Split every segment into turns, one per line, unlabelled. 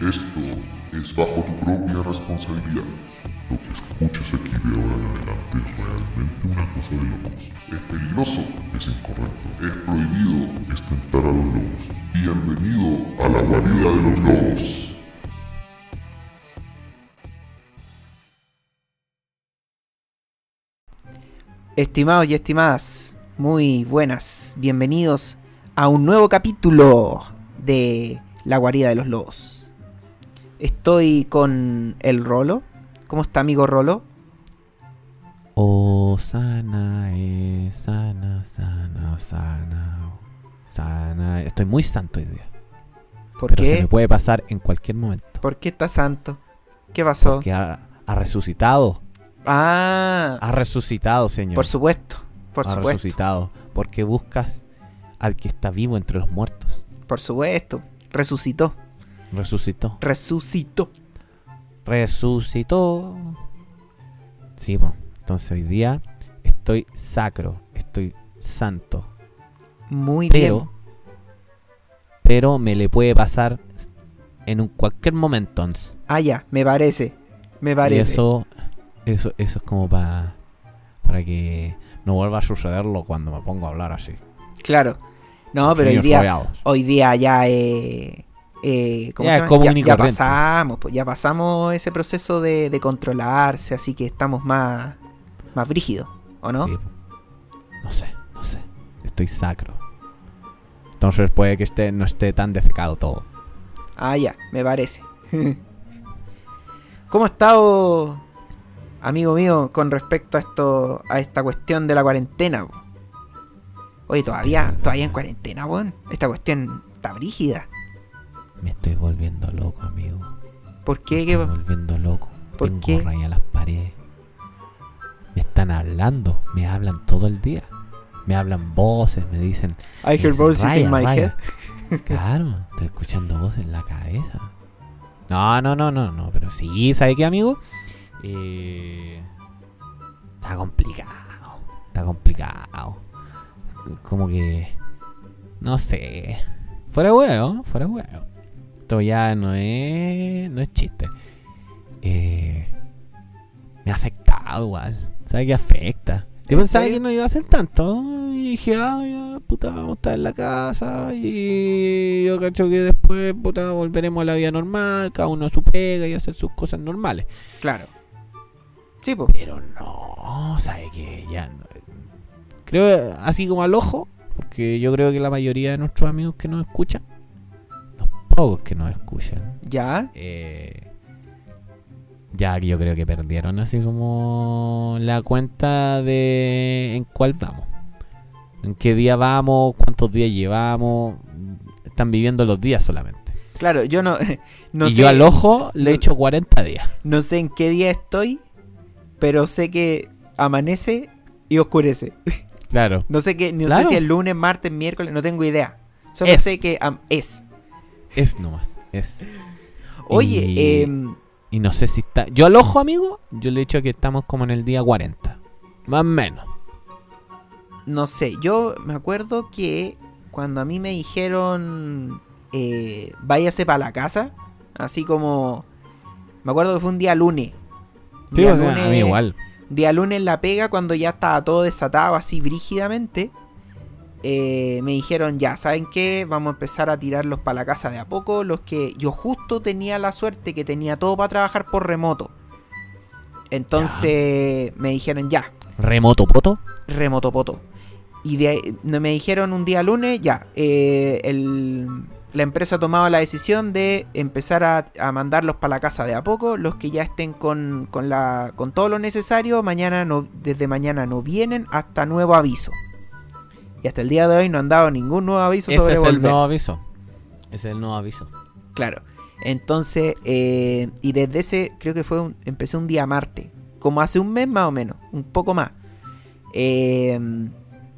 Esto es bajo tu propia responsabilidad. Lo que escuches aquí de ahora en adelante es realmente una cosa de locos. Es peligroso, es incorrecto, es prohibido, es tentar a los lobos. Bienvenido a la guarida de los lobos.
Estimados y estimadas, muy buenas, bienvenidos a un nuevo capítulo de La guarida de los lobos. Estoy con el Rolo. ¿Cómo está, amigo Rolo?
Oh, sana, eh, sana, sana, sana, sana. Estoy muy santo hoy día.
¿Por
pero se
qué?
me puede pasar en cualquier momento.
¿Por qué está santo? ¿Qué pasó?
Porque ha, ha resucitado.
Ah,
Ha resucitado, señor.
por supuesto, por
ha
supuesto,
resucitado. Porque buscas al que está vivo entre los muertos.
por supuesto. Resucitó,
Resucitó.
resucitó.
Resucitó. Sí, po. Entonces hoy día estoy sacro. Estoy santo.
Muy bien.
pero pero me le puede pasar en un cualquier momento entonces.
Ah, ya, me parece, me
y
parece.
eso eso eso es como para para que no vuelva a sucederlo cuando me pongo a hablar así
Claro. No,
Con
pero hoy
niños
día,
rodeados.
hoy día ya eh, eh, ¿cómo
Ya
se
es
llama?
común
ya,
y
ya
corriente.
pasamos, pues, ya pasamos ese proceso de, de controlarse, así que estamos más, más brígidos, ¿o no?
Sí. no sé no sé estoy sacro entonces puede que esté no esté tan defecado todo
Ah, ya, me parece. ¿Cómo ha estado, amigo mío, con respecto a esto, a esta cuestión de la cuarentena? po? Oye, todavía, todavía en cuarentena, weón. Esta cuestión está brígida.
me estoy volviendo loco amigo
¿Por qué?
me estoy
¿Qué-
volviendo loco
¿Por
tengo
qué?
raya las paredes me están hablando me hablan todo el día me hablan voces me dicen
I hear
Dicen,
voices in
"Raya,
my
raya".
head.
Claro, estoy escuchando voz en la cabeza. No, no, no, no, no, pero sí, ¿sabe qué, amigo? Eh, está complicado, está complicado. Como que, no sé, fuera de huevo, fuera de huevo. Esto ya no es, no es chiste. Eh, me ha afectado igual, ¿sabe qué afecta? Yo
¿En
pensaba
serio?
que no iba a ser tanto. Y dije, ah, ya, puta, vamos a estar en la casa. Y yo cacho que después, puta, volveremos a la vida normal. Cada uno a su pega y a hacer sus cosas normales.
Claro. Sí, po.
Pero no, ¿sabe que Ya no- eh, Creo, así como al ojo, porque yo creo que la mayoría de nuestros amigos que nos escuchan, los pocos que nos escuchan,
Ya,
eh, ya yo creo que perdieron así como la cuenta de en cuál vamos. En qué día vamos, cuántos días llevamos. Están viviendo los días solamente.
claro, yo no, no
y
sé,
yo al ojo le he
no-
hecho 40 días.
no sé en qué día estoy, pero sé que amanece y oscurece.
Claro.
No sé qué, no
Claro.
sé si es lunes, martes, miércoles, no tengo idea. Solo
Es.
sé que am- es.
Es nomás. Es.
Oye,
Y-
em,
Y no sé si está. Yo al ojo, amigo, yo le he dicho que estamos como en el día 40. Más o menos.
no sé, yo me acuerdo que cuando a mí me dijeron eh, váyase para la casa, así como me acuerdo que fue un día lunes.
Sí,
Día
o sea, a mí
lunes-
igual.
Día lunes la pega, cuando ya estaba todo desatado así brígidamente, eh, me dijeron, ya, ¿saben qué? Vamos a empezar a tirarlos para la casa de a poco, los que yo justo tenía la suerte que tenía todo para trabajar por remoto. Entonces me dijeron, ya,
Remoto poto.
remoto poto. Y de ahí- no- me dijeron un día lunes, ya, eh, el- la empresa ha tomado la decisión de empezar a, a mandarlos para la casa de a poco, los que ya estén con, con la, con todo lo necesario, mañana no, desde mañana no vienen hasta nuevo aviso. Y hasta el día de hoy no han dado ningún nuevo aviso
Ese
sobre
es el
volver.
nuevo aviso. Ese es el nuevo aviso.
Claro. Entonces, eh, y desde ese, creo que fue, un, empecé un día martes, como hace un mes más o menos, un poco más. Eh,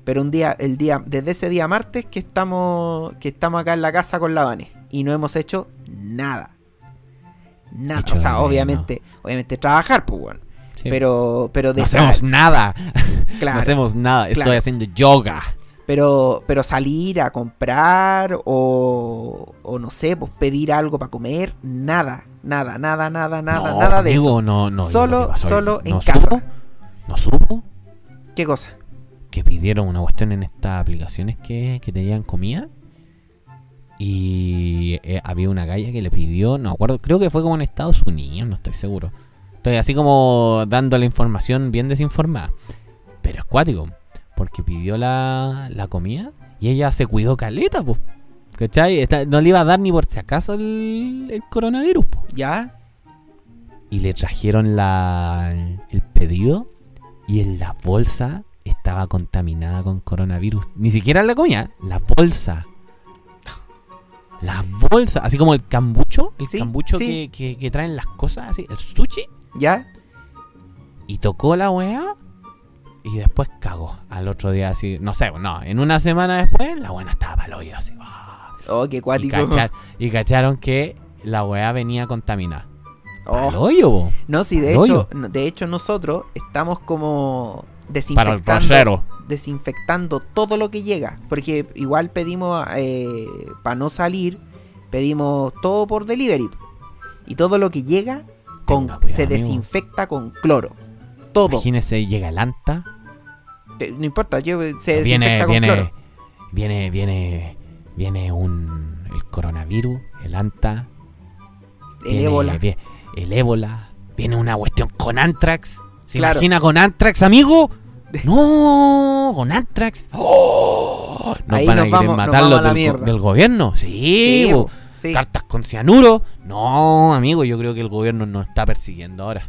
pero un día, el día, desde ese día martes que estamos, que estamos acá en la casa con la Vane y no hemos hecho nada. Nada,
Mucho
o sea,
bueno.
obviamente, obviamente trabajar, pues bueno.
Sí.
Pero, pero
no
esa-
hacemos nada.
claro,
No hacemos nada. Estoy
Claro.
haciendo yoga.
Pero, pero salir a comprar o, o no sé, pues pedir algo para comer, nada, nada, nada, nada, nada,
No,
nada de
amigo,
eso.
No, no, yo
Solo-
lo que pasó,
solo
¿no
en casa.
supo? ¿No supo
¿Qué cosa?
que pidieron una cuestión en estas aplicaciones que, que te llevan comida? Y eh, había una galla que le pidió, no me acuerdo, creo que fue como en Estados Unidos, no estoy seguro. Estoy así como dando la información bien desinformada. Pero es cuático, porque pidió la, la comida y ella se cuidó caleta, pues. ¿Cachai? Esta- no le iba a dar ni por si acaso el, el coronavirus, po
¿Ya?
y le trajeron la, el pedido y en la bolsa estaba contaminada con coronavirus. Ni siquiera la comida, la bolsa. La bolsa, así como el cambucho, el
Sí,
cambucho
sí.
Que, que- que traen las cosas, así, el sushi.
¿Ya?
Y tocó la weá y después cagó. Al otro día, así, no sé, no, en una semana después la buena estaba para hoyo, así. ¡ah!
Oh, qué
Y,
cuático.
cachar- y cacharon que la weá venía contaminada.
Oh.
Al hoyo, po.
No, sí, de
Al
hecho,
hoyo.
no- de hecho nosotros estamos como
para el
desinfectando,
rasero.
desinfectando todo lo que llega. Porque igual pedimos, para no salir, pedimos todo por delivery. Y todo lo que llega con,
Tenga
se
cuidado, pues, amigo.
desinfecta con cloro. Todo.
Imagínese, llega el anta.
Te- No importa, yo- eh, se
Viene,
desinfecta con
viene,
cloro. eh,
viene, viene, viene un. El coronavirus, el anta.
El
viene-
ébola.
vie- el ébola. Viene una cuestión con antrax. ¿Se
Claro.
imagina con antrax, amigo? No, con antrax. ¡Oh! Nos
Ahí
van
nos
a querer
vamos- nos
matar
vamos
los
a la
del, go-
mierda.
del gobierno. Sí,
Sí,
bo.
bo, sí.
cartas con cianuro. No, amigo, yo creo que el gobierno nos está persiguiendo ahora.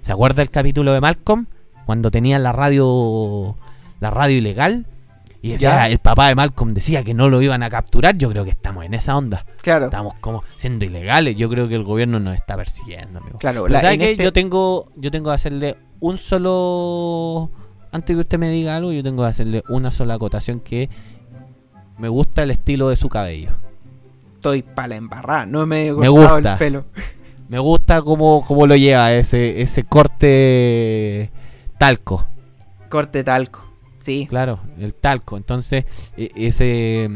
¿Se acuerda el capítulo de Malcolm? Cuando tenía la radio la radio ilegal y decía,
Ya.
el papá de Malcolm decía que no lo iban a capturar. Yo creo que estamos en esa onda.
Claro,
Estamos como siendo ilegales. Yo creo que el gobierno nos está persiguiendo, amigo.
claro.
Pero
la-
¿sabe
en
qué?
este-
Pues Yo tengo yo tengo que hacerle un solo antes que usted me diga algo, yo tengo que hacerle una sola acotación que me gusta el estilo de su cabello.
Estoy para la embarrada, no me he cortado
Me
el
gusta.
pelo.
Me gusta cómo, cómo lo lleva ese, ese corte talco.
Corte talco. Sí,
Claro, el talco. Entonces, e- ese,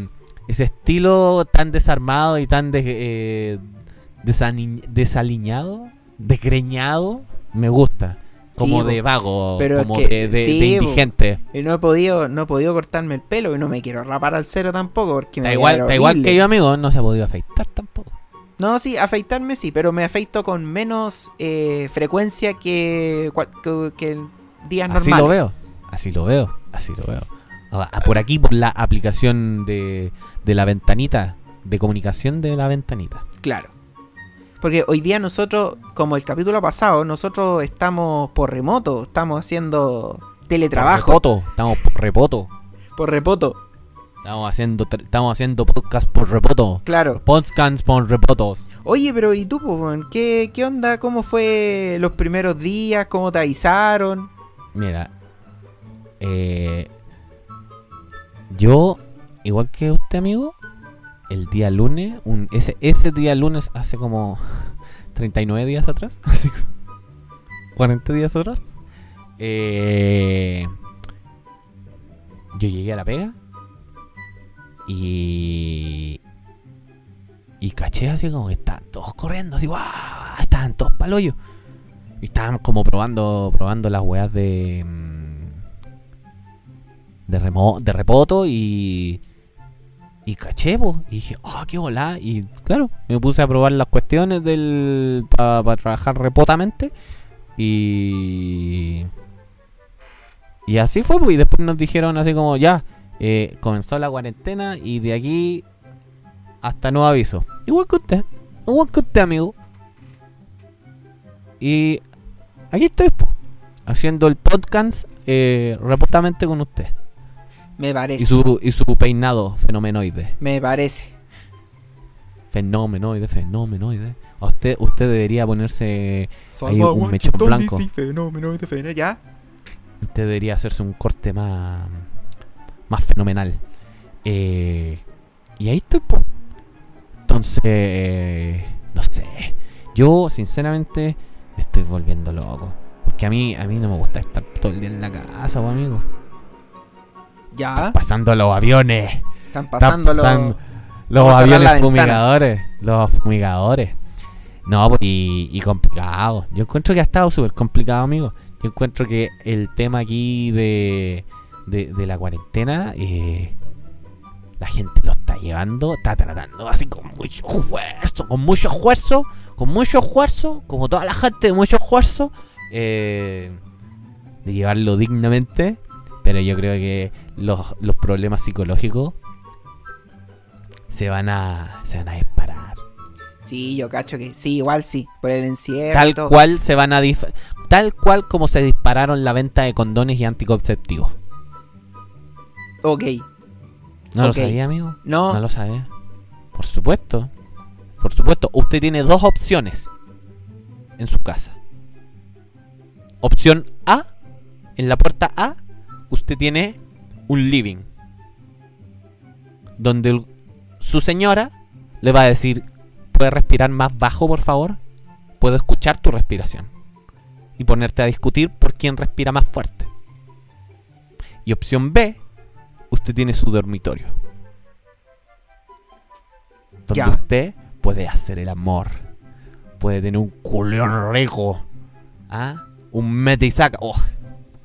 ese estilo tan desarmado y tan de- eh, desani- desaliñado, desgreñado, me gusta. Como
Sí,
de
bo.
vago,
Pero es
como
que-
de, de-
sí,
de
bo.
indigente.
Y no he podido, no he podido cortarme el pelo y no me quiero rapar al cero tampoco porque me
Da
va a
igual,
quedar
da igual
horrible.
que yo, amigo, no se ha podido afeitar tampoco.
No, sí, afeitarme sí, pero me afeito con menos eh, frecuencia que, cual- que, que el días
Así
normales.
lo veo, así lo veo, así lo veo. Ah, ah, Por aquí, por la aplicación de, de la ventanita, de comunicación de la ventanita.
Claro. Porque hoy día nosotros, como el capítulo pasado, nosotros estamos por remoto, estamos haciendo teletrabajo.
Por repoto, estamos por repoto.
Por repoto,
Estamos haciendo, tra- estamos haciendo podcast por repoto.
claro.
Podcast por repotos.
Oye, pero ¿y tú, po, weón? ¿Qué, ¿Qué onda? ¿Cómo fue los primeros días? ¿Cómo te avisaron?
Mira, eh, yo, igual que usted, amigo, el día lunes, un, ese, ese día lunes hace como 39 días atrás, así como 40 días atrás, eh, yo llegué a la pega y. Y caché así como que estaban todos corriendo, así, ¡guau! Estaban todos palollos. Y estaban como probando probando las weas de. mm, De, remo, de repoto y. Y caché, po. Y dije, ¡ah, qué volá! Y claro, me puse a probar las cuestiones del. para trabajar repotamente. Y. Y así fue, pues. Y después nos dijeron así como, ya, eh, comenzó la cuarentena y de aquí hasta nuevo aviso. Igual que usted, igual que usted, amigo. Y aquí estoy, po, haciendo el podcast eh, reportamente con usted.
Me parece.
Y su, y su peinado fenomenoide.
Me parece.
Fenomenoide, fenomenoide. A Usted, usted debería ponerse. Ahí un mechón blanco.
¿Ya?
Usted debería hacerse un corte más. más fenomenal. Eh, y ahí estoy, po. Entonces. eh, no sé. Yo, sinceramente, me estoy volviendo loco. Porque a mí, a mí no me gusta estar todo el día en la casa, po, amigo.
Ya,
Pasando los aviones.
están
Están
pasando
pasan-
los...
los
Vamos a cerrar la
aviones
ventana.
fumigadores. Los fumigadores. No, pues, y, y complicado. Yo encuentro que ha estado súper complicado, amigo. Yo encuentro que el tema aquí de, de, de la cuarentena, eh, la gente lo está llevando, está tratando así con mucho esfuerzo, con mucho esfuerzo, con mucho esfuerzo, como toda la gente, mucho esfuerzo, eh, de llevarlo dignamente. Pero yo creo que los, los problemas psicológicos se van a se van a disparar.
Sí, yo cacho que sí, igual sí, por el encierro. y
Tal
todo.
cual se van a dif- tal cual como se dispararon la venta de condones y anticonceptivos.
Ok,
¿No
Ok.
lo sabía, amigo?
no,
No lo sabía. Por supuesto. Por supuesto, usted tiene dos opciones en su casa. Opción A, en la puerta A, usted tiene un living. Donde el- su señora le va a decir, ¿puede respirar más bajo, por favor? Puedo escuchar tu respiración. Y ponerte a discutir por quién respira más fuerte. Y opción B, usted tiene su dormitorio. Donde
Ya.
usted puede hacer el amor. Puede tener un culeón rico. ¿Ah? Un mete y saca. Oh,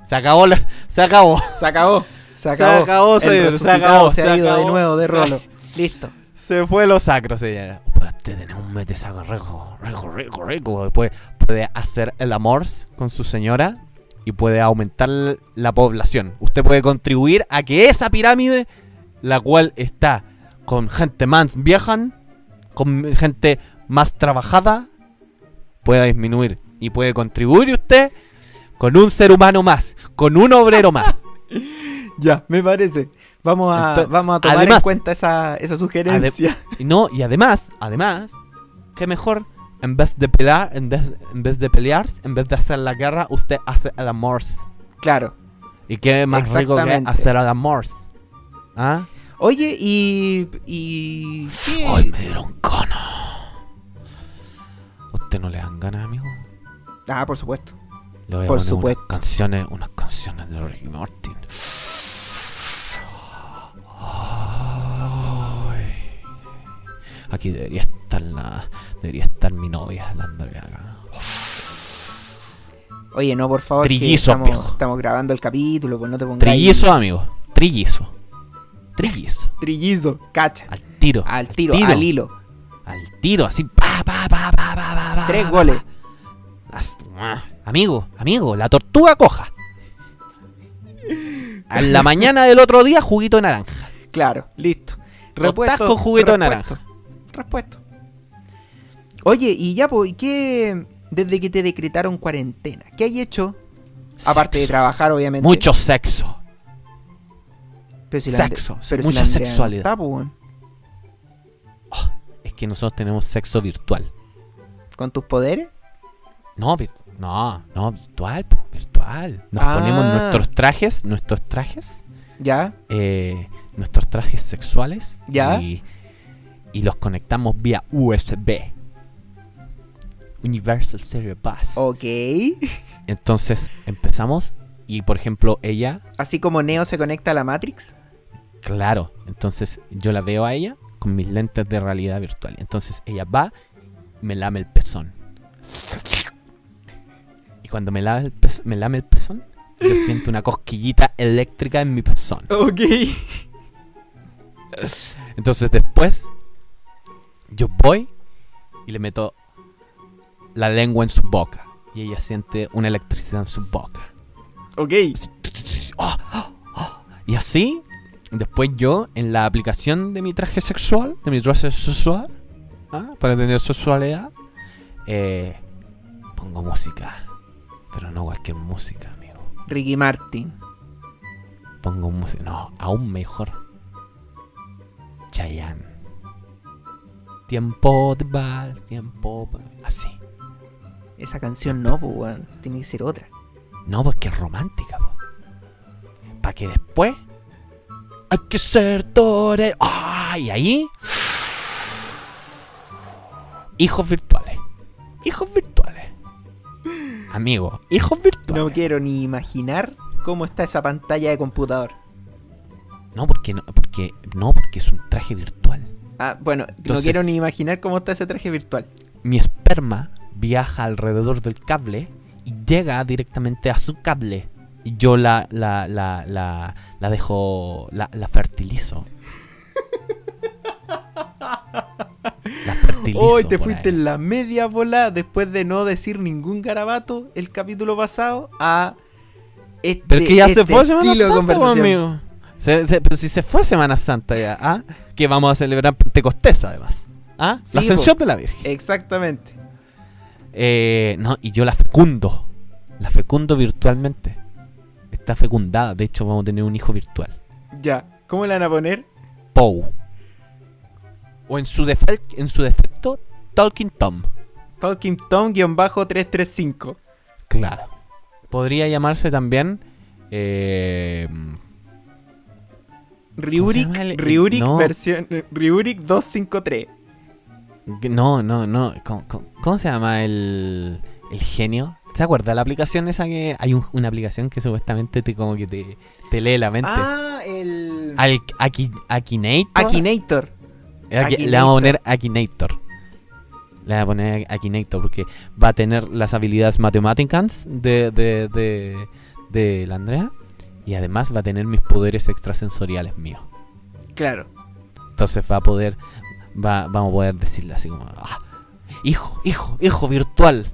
se acabó. la- se acabó.
se acabó. Se acabó.
Se acabó,
el
señor, se
resucitado
acabó,
se
se
ha ido de
acabó.
nuevo de
Se-
rolo. Listo.
Se fue lo sacro, señora. Puede Pues tener un metesaco rico, rico, rico, rico. Después puede hacer el amor con su señora y puede aumentar l- la población. Usted puede contribuir a que esa pirámide, la cual está con gente más vieja, con gente más trabajada, pueda disminuir. Y puede contribuir usted con un ser humano más, con un obrero más.
Ya, me parece. Vamos a,
Ento-
vamos a tomar en
además-
cuenta esa, esa sugerencia.
Y No, y además, además, que mejor, en vez de pelear, en vez, en vez de pelear, en vez de hacer la guerra, usted hace el amor.
Claro.
Y qué más rico que
Exactamente.
hacer el amor. ¿Ah?
Oye, y. y ¿qué?
Hoy me dieron ganas. ¿Usted no le dan ganas, amigo?
Ah, por supuesto.
Le voy a
Por
poner
supuesto.
Unas canciones, unas canciones de Ricky Martin. Ay. Aquí debería estar la. Debería estar mi novia, la Andrea acá.
Oye, no, por favor. que
Trillizo,
estamos,
viejo.
estamos grabando el capítulo, pues no te pongas.
Trillizo, amigo. Trillizo. Trillizo.
Trillizo. Cacha.
Al tiro.
Al tiro, al hilo.
Al tiro, así. Pa, pa, pa, pa, pa, pa, pa,
Tres
pa.
goles.
As- ah. Amigo, amigo, la tortuga coja. A la mañana del otro día, juguito de naranja.
Claro, listo.
Repuesto con juguito de
respuesto,
naranja.
Respuesto. Oye, y ya, pues, ¿y qué. Desde que te decretaron cuarentena, ¿qué hay hecho? Aparte de
Sexo.
trabajar, obviamente.
Mucho sexo.
Pero la Andre-
sexo, sí,
pero la
mucha
Andrea no
sexualidad.
está, pues, weón.
Es que nosotros tenemos sexo virtual.
¿Con tus poderes?
No, vir- no, no, virtual, po, virtual. Nos
Ah.
ponemos nuestros trajes, nuestros trajes.
¿Ya?
eh, nuestros trajes sexuales
Ya.
Y, y los conectamos vía USB. Universal Serial Bus.
Ok.
Entonces empezamos y por ejemplo ella,
Así como Neo se conecta a la Matrix.
claro, entonces yo la veo a ella con mis lentes de realidad virtual. Entonces ella va, me lame el pezón. Y cuando me lame el, pez- me lame el pezón, yo siento una cosquillita eléctrica en mi pezón.
Ok.
Entonces después yo voy y le meto la lengua en su boca y ella siente una electricidad en su boca.
Ok.
Así, tss, tss, tss, ah, ah, ah. Y así después yo en la aplicación de mi traje sexual, de mi traje sexual, ¿ah? para tener sexualidad, eh, pongo música, pero no cualquier música, amigo.
Ricky Martin.
Pongo música, no, aún mejor. Chayanne. Tiempo de vals, tiempo pa- así.
Esa canción no, pues, weón. Tiene que ser otra.
No, porque es romántica, Para que después hay que ser torero. ¡Ay! ahí. Hijos virtuales. Hijos virtuales. Amigo, hijos virtuales.
No quiero ni imaginar cómo está esa pantalla de computador.
No, porque no, porque no, porque es un traje virtual.
Ah, bueno, no
Entonces-
quiero ni imaginar cómo está ese traje virtual.
Mi esperma viaja alrededor del cable y llega directamente a su cable. Y yo la, la, la, la, la dejo, la, la fertilizo. La fertilizo.
Hoy te
por
fuiste
ahí.
en la media bola después de no decir ningún garabato el capítulo pasado a este,
Pero es que ya se
este
fue Semana
estilo de
Santa, pues,
conversación.
amigo. Se- se- pero si se fue Semana Santa ya, ¿ah? Que vamos a celebrar Pentecostés, además. ¿Ah?
Sí,
la
po.
ascensión de la Virgen.
Exactamente.
Eh, no, y yo la fecundo. La fecundo virtualmente. Está fecundada. De hecho, vamos a tener un hijo virtual.
Ya. ¿Cómo le van a poner?
Pou. O en su, defe- en su defecto, Talking Tom.
Talking Tom-335.
Claro. Podría llamarse también. eh,
Ryurik,
llama el-
Ryurik
no.
versión eh, Ryurik 253.
no, no, no. ¿Cómo, cómo- cómo se llama el, el genio? ¿Se acuerda la aplicación esa que. Hay un- una aplicación que supuestamente te como que te, te lee la mente.
Ah, el
Al Aki- Akinator.
Akinator.
Era que- le vamos a poner Akinator. Le voy a poner Akinator porque va a tener las habilidades matemáticas de, de, de, de la Andrea. Y además va a tener mis poderes extrasensoriales míos.
Claro.
Entonces va a poder. Va, vamos a poder decirle así como: "Ah, Hijo, hijo, hijo virtual.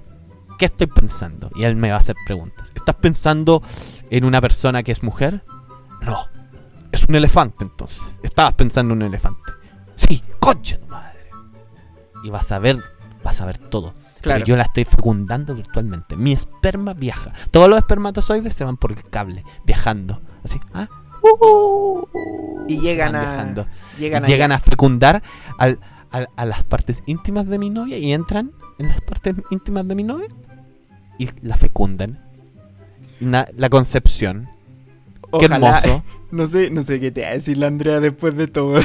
¿Qué estoy pensando? Y él me va a hacer preguntas. ¿Estás pensando en una persona que es mujer? No. Es un elefante entonces. Estabas pensando en un elefante. Sí, concha tu madre. Y vas a ver, vas a ver todo.
Claro.
Pero yo la estoy fecundando virtualmente. Mi esperma viaja. Todos los espermatozoides se van por el cable, viajando. Así. ah, uh,
Y
se
llegan
van
a-
viajando. Y
Llegan,
Llegan, a fecundar al- al- a las partes íntimas de mi novia y entran en las partes íntimas de mi novia y la fecundan. Na- la concepción. Qué hermoso.
No sé, no sé qué te va a decir la Andrea después de todo.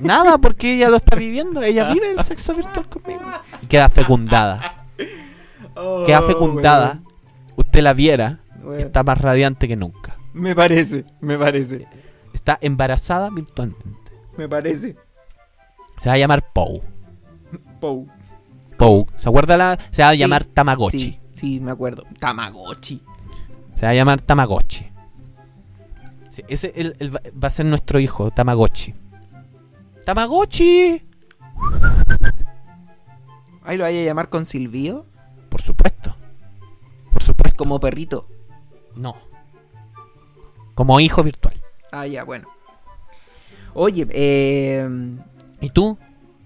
Nada, porque ella lo está viviendo. Ella vive el sexo virtual conmigo. Y queda fecundada.
Oh,
Queda fecundada. Usted la viera.
Bueno,
Está más radiante que nunca.
Me parece, me parece,
Está embarazada virtualmente.
me parece.
Se va a llamar Pou.
Pou.
Pou. ¿Se acuerda la? Se va a
Sí,
llamar Tamagotchi.
Sí, sí, me acuerdo. Tamagotchi.
Se va a llamar Tamagotchi. Sí, ese el- el va va a ser nuestro hijo, Tamagotchi. ¡Tamagotchi!
Ahí lo vaya a llamar con silbido.
Por supuesto. Por supuesto.
Como perrito.
No. Como hijo virtual.
Ah, ya, bueno. Oye, eh,
¿Y tú?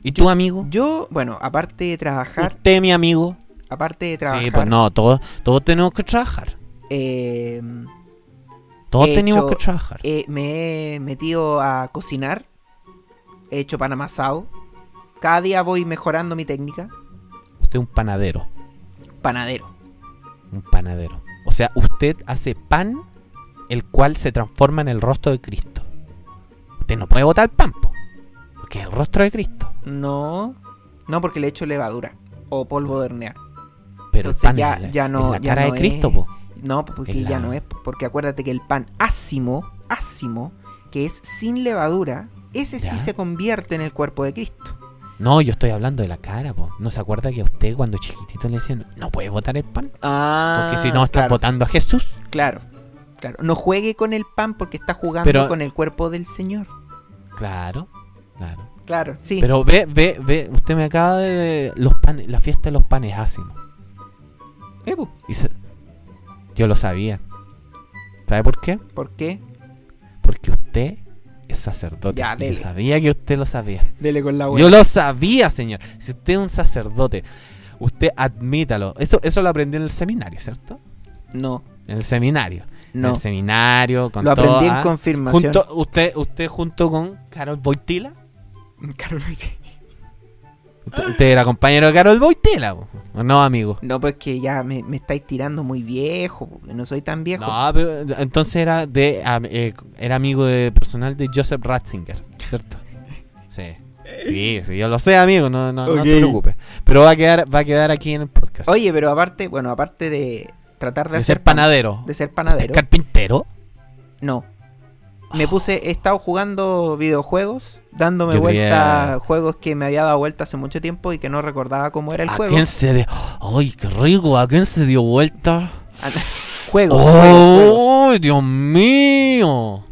¿Y tú, amigo?
yo, bueno, aparte de trabajar,
¿Usted, mi amigo?
aparte de trabajar,
Sí, pues no, todos, todos tenemos que trabajar.
eh,
Todos
He
tenemos
hecho-
que trabajar.
eh, me he metido a cocinar. He hecho pan amasado. Cada día voy mejorando mi técnica.
Usted es un panadero.
Panadero.
Un panadero. O sea, usted hace pan el cual se transforma en el rostro de Cristo. Usted no puede botar el pan, po, porque es el rostro de Cristo.
No, no porque le echo levadura o polvo de hornear.
Pero el
Entonces
pan
ya-
es la,
ya
es
no-
la
ya
cara
no
de Cristo,
es-
po.
No, porque
Es la-
ya no es. Porque acuérdate que el pan ácimo, ácimo, que es sin levadura, ese
¿Ya?
sí se convierte en el cuerpo de Cristo.
No, yo estoy hablando de la cara, po. ¿No se acuerda que a usted cuando chiquitito le decían, no puede botar el pan?
Ah,
Porque si no, estás
claro,
votando a Jesús.
claro, claro. No juegue con el pan porque está jugando
Pero-
con el cuerpo del Señor.
Claro, claro.
Claro, sí.
Pero ve, ve, ve, usted me acaba de... de- los panes, la fiesta de los panes ácimos.
Eh, bu,
Y se- yo lo sabía. ¿Sabe por qué?
¿Por qué?
Porque usted es sacerdote.
Ya,
Y
dele. Ah,
yo sabía que usted lo sabía.
Dele con la
Yo lo sabía, señor. Si usted es un sacerdote, usted admítalo. Eso, eso lo aprendí en el seminario, ¿cierto?
No,
En el seminario. En
no.
el seminario, con
Lo aprendí
toda-
en confirmación.
junto, usted, usted junto con Carol Boitila. Usted, usted era compañero de Carol Boitila, po. ¿O no, amigo?
No, pues que ya me, me estáis tirando muy viejo. bu, No soy tan viejo.
No, pero entonces era de am- eh, era amigo de personal de Joseph Ratzinger, ¿cierto? Sí. Sí, sí, yo lo sé, amigo, no, no, no se
Ok.
preocupe. Pero va a quedar, va a quedar aquí en el podcast.
Oye, pero aparte, bueno, aparte de tratar de,
de
hacer
ser panadero.
pan- de ser panadero,
¿Es carpintero?
no. me puse, he estado jugando videojuegos, dándome
Yo
vuelta
creía-
a juegos que me había dado vuelta hace mucho tiempo y que no recordaba cómo era el
¿A
juego.
quién se de... ¡Ay, qué rico! ¿A quién se dio vuelta?
Ah, juegos, juegos, juegos.
¡Oh, Dios mío!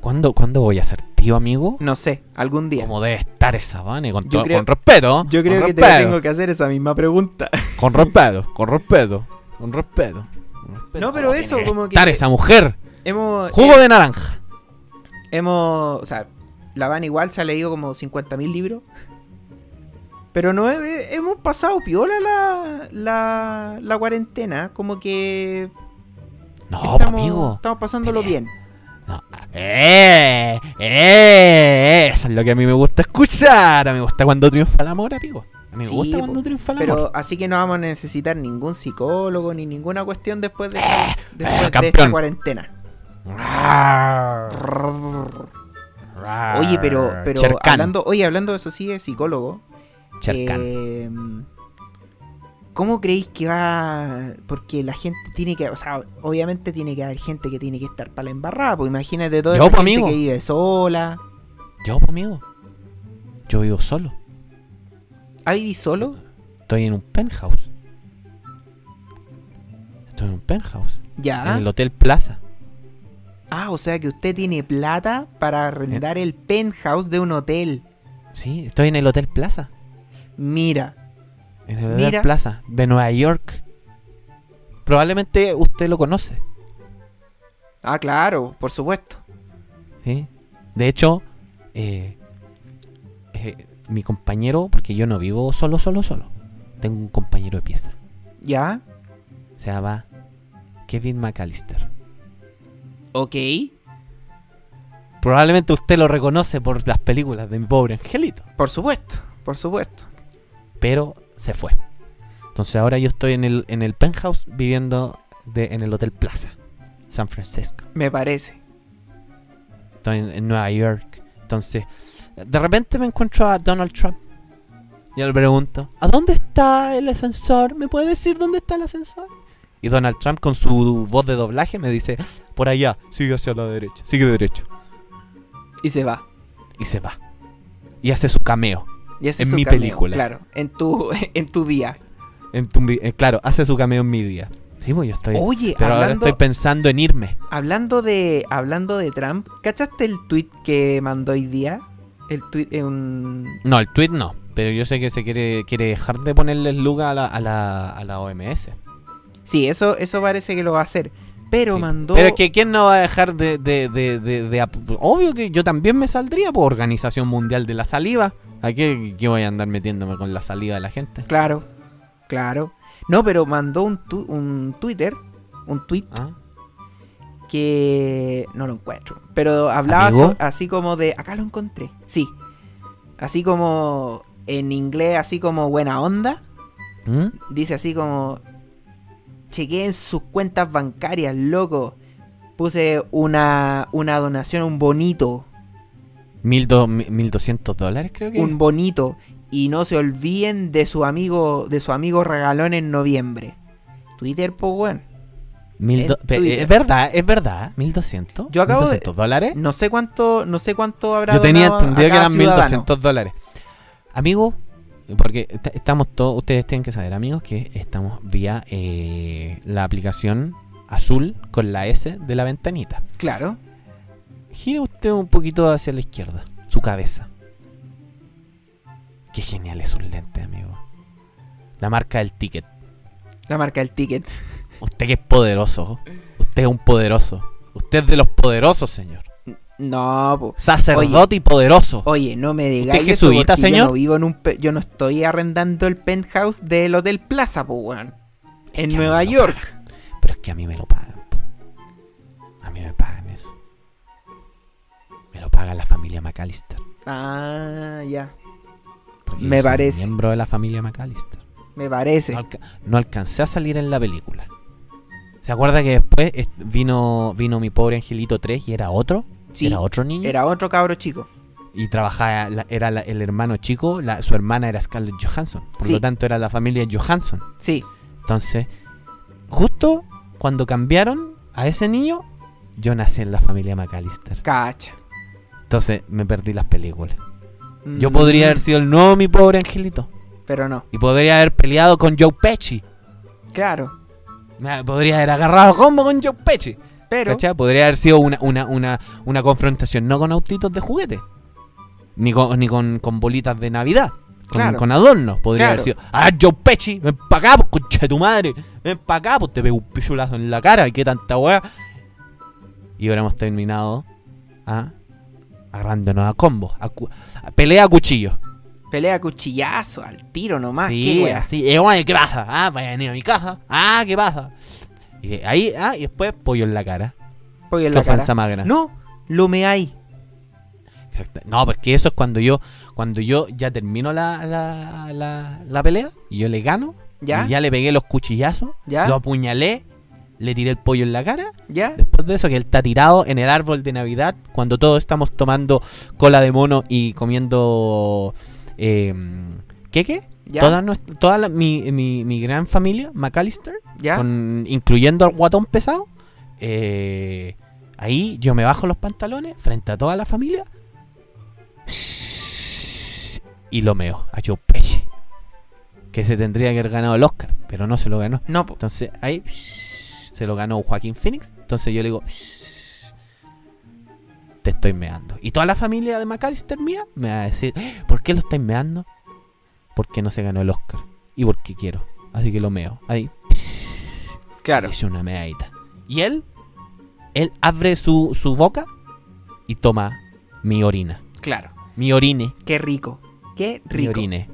¿Cuándo, ¿Cuándo voy a ser tío, amigo?
No sé, algún día.
¿Cómo debe estar esa Vane? Con,
Yo
todo-
creo-
con respeto.
Yo creo
con
que te
respeto,
tengo que hacer esa misma pregunta.
Con respeto, con respeto, con respeto. con respeto.
No, pero
¿Cómo
eso,
tiene que
como que-
Estar esa mujer.
Hemos, eh,
Jugo de naranja.
hemos, o sea, la van igual se ha leído como 50.000 libros. Pero no he- hemos pasado piola la, la, la cuarentena, como que
No, pues,
estamos,
amigo.
estamos pasándolo
Tenés-
bien.
No. ¡Eh! ¡Eh! Eso es lo que a mí me gusta escuchar. A mí me gusta cuando triunfa el amor, amigo. A mí me
Sí,
gusta
po,
cuando triunfa el amor.
Pero así que no vamos a necesitar ningún psicólogo ni ninguna cuestión después de, después de esta
Eh, campeón.
cuarentena.
Rar, rar.
Oye, pero, pero
Ah, Cherkan,
hablando, oye, hablando de eso sí de psicólogo.
Cherkan.
eh, ¿Cómo creéis que va? Porque la gente tiene que, o sea, obviamente tiene que haber gente que tiene que estar para la embarrada, pues imagínate toda
Yo,
esa
po,
gente
amigo.
que vive sola.
Yo, pues, amigo. Yo vivo solo.
¿Ah, vivís solo?
Estoy en un penthouse. Estoy en un penthouse.
Ya.
En el Hotel Plaza.
Ah, o sea que usted tiene plata para arrendar el penthouse de un hotel.
Sí, estoy en el Hotel Plaza.
Mira.
En el
Mira.
Hotel Plaza de Nueva York. Probablemente usted lo conoce.
Ah, claro, por supuesto.
¿sí? De hecho, eh, eh, mi compañero, porque yo no vivo solo, solo, solo. Tengo un compañero de pieza.
¿Ya?
Se llama Kevin McAllister.
Ok.
Probablemente usted lo reconoce por las películas de mi pobre angelito.
Por supuesto, por supuesto.
pero se fue. Entonces ahora yo estoy en el, en el penthouse viviendo de- en el Hotel Plaza, San Francisco.
Me parece.
Estoy en, en Nueva York. Entonces, de repente me encuentro a Donald Trump. Y le pregunto, ¿a dónde está el ascensor? ¿Me puede decir dónde está el ascensor? Y Donald Trump con su voz de doblaje me dice, por allá, sigue hacia la derecha, sigue derecho.
Y se va.
Y se va. Y hace su cameo.
Y ese
En
es su
mi
cameo,
película.
Claro, en tu, en tu día.
En tu vi- eh, claro, hace su cameo en mi día. Sí, pues yo estoy...
Oye,
pero ahora
hablando,
estoy pensando en irme.
hablando, de, hablando de Trump, ¿cachaste el tweet que mandó hoy día? El tweet en un...
No, el tweet no. Pero yo sé que se quiere, quiere dejar de ponerle luga a la, a la, a la OMS.
Sí, eso, eso parece que lo va a hacer. Pero
Sí.
mandó...
Pero es que ¿quién no va a dejar de, de, de, de- de ap- Obvio que yo también me saldría por Organización Mundial de la Saliva. ¿A qué, qué voy a andar metiéndome con la saliva de la gente?
Claro, claro. No, pero mandó un, tu- un Twitter, un tweet
¿Ah?
que no lo encuentro. Pero hablaba
Amigo.
so- así como de. Acá lo encontré. Sí. Así como. En inglés, así como buena onda.
¿Mm?
Dice así como. Chequeen sus cuentas bancarias, loco. Puse una, una donación, un bonito.
Mil do- mi- mil doscientos dólares creo que.
Un bonito. Y no se olviden de su amigo. De su amigo regalón en noviembre. Twitter, pues bueno.
Mil do-
en
pe-
Twitter.
Es verdad, es verdad. Mil doscientos.
Yo acabo de-
¿Mil doscientos dólares?
No sé cuánto. No sé cuánto habrá
¿Eh? Yo tenía
donado a- a
entendido que
cada
eran
ciudadano.
1200 dólares. Amigo, porque est- estamos todos, ustedes tienen que saber, amigos, que estamos vía eh, la aplicación azul con la S de la ventanita.
Claro.
Gire usted un poquito hacia la izquierda, su cabeza. Qué genial es un lente, amigo. La marca del ticket.
La marca del ticket.
Usted que es poderoso. Usted es un poderoso. Usted es de los poderosos, señor.
No, po.
Sacerdote y poderoso.
Oye, no me digáis
¿Usted es
eso
jesuita,
porque yo
señor?
no vivo en un pe- yo no estoy arrendando el penthouse del Hotel Plaza, po, weón. En
Es que a mí
Nueva
me lo
York.
pagan. Pero es que a mí me lo pagan. po. A mí me pagan eso. Me lo paga la familia McAllister.
Ah, ya.
porque
Me
yo soy
parece.
Miembro de la familia McAllister.
Me parece.
No, alca- no alcancé a salir en la película. ¿Se acuerda que después est- vino, vino mi pobre Angelito 3 y era otro?
Sí,
Era otro niño.
Era otro cabro chico.
Y trabajaba, la- era la- el hermano chico, la- su hermana era Scarlett Johansson. Por
Sí.
lo tanto, era la familia Johansson.
Sí.
Entonces, justo cuando cambiaron a ese niño, Yo nací en la familia McAllister.
Cacha.
Entonces me perdí las películas. Yo
Mm,
podría haber sido el nuevo mi pobre angelito.
Pero no.
Y podría haber peleado con Joe Pesci.
Claro.
Me podría haber agarrado combo con Joe Pesci.
Pero.
¿Cachai? Podría haber sido una, una, una, una confrontación, no con autitos de juguete, ni con, ni con, con bolitas de Navidad, con,
Claro.
con adornos. Podría
Claro.
haber sido, ah, Joe Pesci, ven pa' acá, pues, concha de tu madre, ven pa' acá, pues te pego un pichulazo en la cara, y qué tanta weá. Y ahora hemos terminado ah, agarrándonos a combos, a, cu- a pelea a cuchillo.
Pelea a cuchillazo, al tiro nomás. qué
sí,
wea.
así, eh, bueno, ¿qué pasa? Ah, vaya a venir a mi casa, ah, ¿qué pasa? Y de ahí, ah, y después pollo en la cara.
Pollo en
Qué
la cara.
ofensa más grande.
No, lo me hay.
Exacta- No, porque eso es cuando yo cuando yo ya termino la, la, la- la pelea y yo le gano.
¿Ya?
y ya le pegué los cuchillazos,
¿Ya?
lo apuñalé, le tiré el pollo en la cara.
¿Ya?
Después de eso que él está tirado en el árbol de Navidad cuando todos estamos tomando cola de mono y comiendo... Eh, ¿Qué qué?
¿Ya?
Toda, nuestra- toda la- mi, mi- mi gran familia, McAllister,
¿Ya?
con- incluyendo al guatón pesado, eh, ahí yo me bajo los pantalones frente a toda la familia y lo meo a Joe Pesci, que se tendría que haber ganado el Oscar, pero no se lo ganó.
No, po.
Entonces ahí se lo ganó Joaquín Phoenix. Entonces yo le digo, te estoy meando. Y toda la familia de McAllister mía me va a decir, ¿por qué lo estáis meando? Porque no se ganó el Oscar y porque quiero. Así que lo meo. Ahí
claro.
es una meadita. Y él, él abre su, su boca y toma mi orina.
Claro.
Mi orine.
Qué rico. Qué
mi
rico.
orine.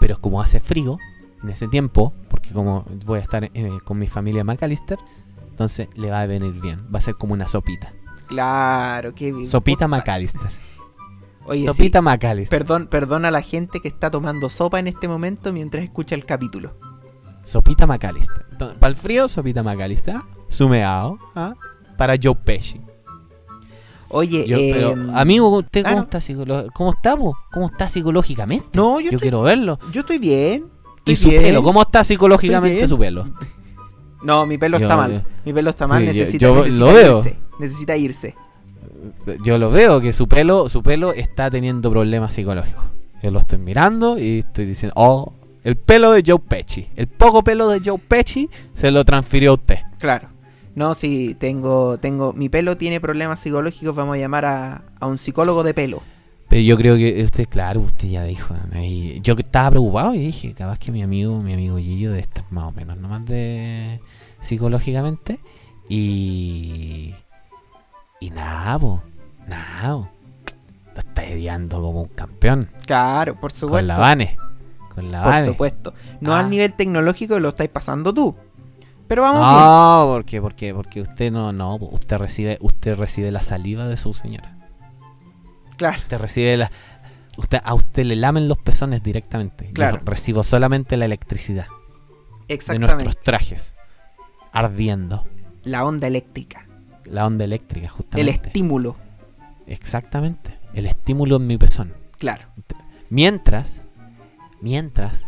Pero como hace frío en ese tiempo, porque como voy a estar eh, con mi familia McAllister, entonces le va a venir bien. Va a ser como una sopita.
Claro, qué bien.
Sopita McAllister.
Oye, sí,
sopita McAllister.
Perdón, perdón a la gente que está tomando sopa en este momento mientras escucha el capítulo.
Sopita McAllister. Para el frío, sopita McAllister. Sumeado. ¿ah? Para Joe Pesci.
Oye,
Yo-
eh,
pero, amigo, ¿usted
claro.
cómo, está psicolo- cómo está? po? ¿Cómo está psicológicamente?
No, yo,
Yo,
estoy,
quiero verlo.
yo estoy bien.
¿Y su
estoy bien.
pelo? ¿Cómo está psicológicamente
Estoy
su pelo?
No, mi pelo
Yo-
está mal. Mi pelo está mal,
Sí, yo-
necesita,
yo
necesita
lo veo.
irse. Necesita irse.
Yo lo veo que su pelo, su pelo está teniendo problemas psicológicos. Yo lo estoy mirando y estoy diciendo, oh, el pelo de Joe Pesci, el poco pelo de Joe Pesci se lo transfirió a usted.
Claro. No, sí, tengo, tengo, mi pelo tiene problemas psicológicos, vamos a llamar a, a un psicólogo de pelo.
Pero yo creo que usted, claro, usted ya dijo. ahí- Yo que estaba preocupado y dije, capaz que mi amigo, mi amigo Gillo de estar más o menos nomás de psicológicamente. Y. Y nada, po, nada. po. Lo está ideando como un campeón.
Claro, por
Con la
supuesto.
Vane. Con la
por
Vane.
supuesto. No
Ah.
al nivel tecnológico que lo estáis pasando tú. Pero vamos bien.
No, porque, porque, porque usted no, no, po, usted recibe, usted recibe la saliva de su señora.
Claro,
Usted recibe la, usted, a usted le lamen los pezones directamente. Yo
Claro.
recibo solamente la electricidad de
exactamente.
nuestros trajes ardiendo,
La onda eléctrica.
la onda eléctrica
El
justamente.
estímulo.
Exactamente, el estímulo en mi pezón.
Claro.
Mientras, mientras,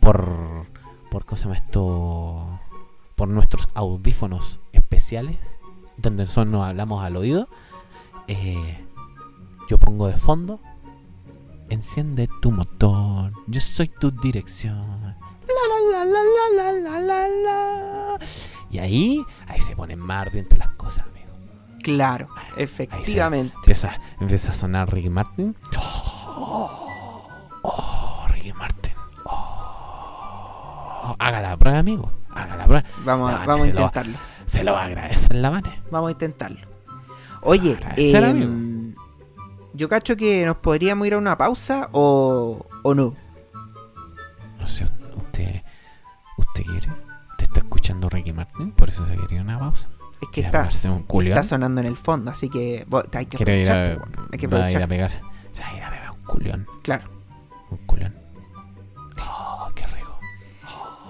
por, por ¿cómo se llama esto? Por nuestros audífonos especiales, donde son, nos hablamos al oído, eh, yo pongo de fondo, enciende tu motor, yo soy tu dirección. La, la, la, la, la, la, la, la, la. Y ahí, ahí se ponen más ardientes las cosas, amigo.
Claro, efectivamente.
Empieza, empieza a sonar Ricky Martin. Oh, oh, Ricky Martin. Oh. Haga la prueba, amigo. Haga la prueba.
Vamos,
La
a,
Vane
vamos a
se lo va-
intentarlo.
Se lo va a agradecer la mane.
Vamos a intentarlo. Oye,
Agradecer,
em,
amigo.
yo cacho que nos podríamos ir a una pausa o, o no.
No sé, usted. ¿Usted quiere? ¿Te está escuchando Ricky Martin? Por eso se quería una pausa.
Es que
¿Quiere
está,
pegarse un culión?
está sonando en el fondo, así que bo- hay que
¿Quiere ir
aprovechar.
a,
pues, bueno. Hay que
va a ir a
aprovechar.
pegar? Se va a ir a pegar un culión.
Claro.
Un culión. Oh, qué rico.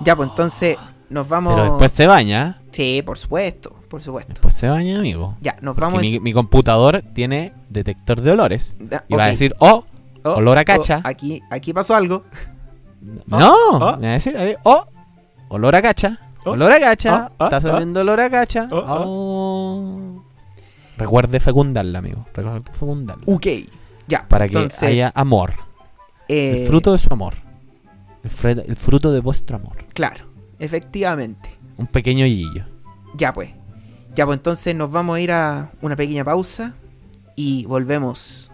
Ya, pues entonces nos vamos.
Pero después se baña. ¿eh?
Sí, por supuesto, por supuesto.
Después se baña, amigo.
Ya, nos
Porque
vamos.
mi, mi computador tiene detector de olores.
Da-
Y va a
ok.
decir, oh,
Oh,
olor a
oh,
cacha.
aquí, aquí pasó algo.
no.
oh.
Me va a decir, eh, oh, olor a cacha.
Oh.
Olor a cacha.
Ah, ah,
está saliendo olor a cacha.
Ah, ah.
Oh. Recuerde fecundarla, amigo. Recuerde fecundarla.
Ok, ya.
para que
entonces,
haya amor.
eh,
El fruto de su amor. El, fre- el fruto de vuestro amor.
Claro, efectivamente.
Un pequeño guillo.
Ya pues. Ya pues entonces nos vamos a ir a una pequeña pausa y volvemos.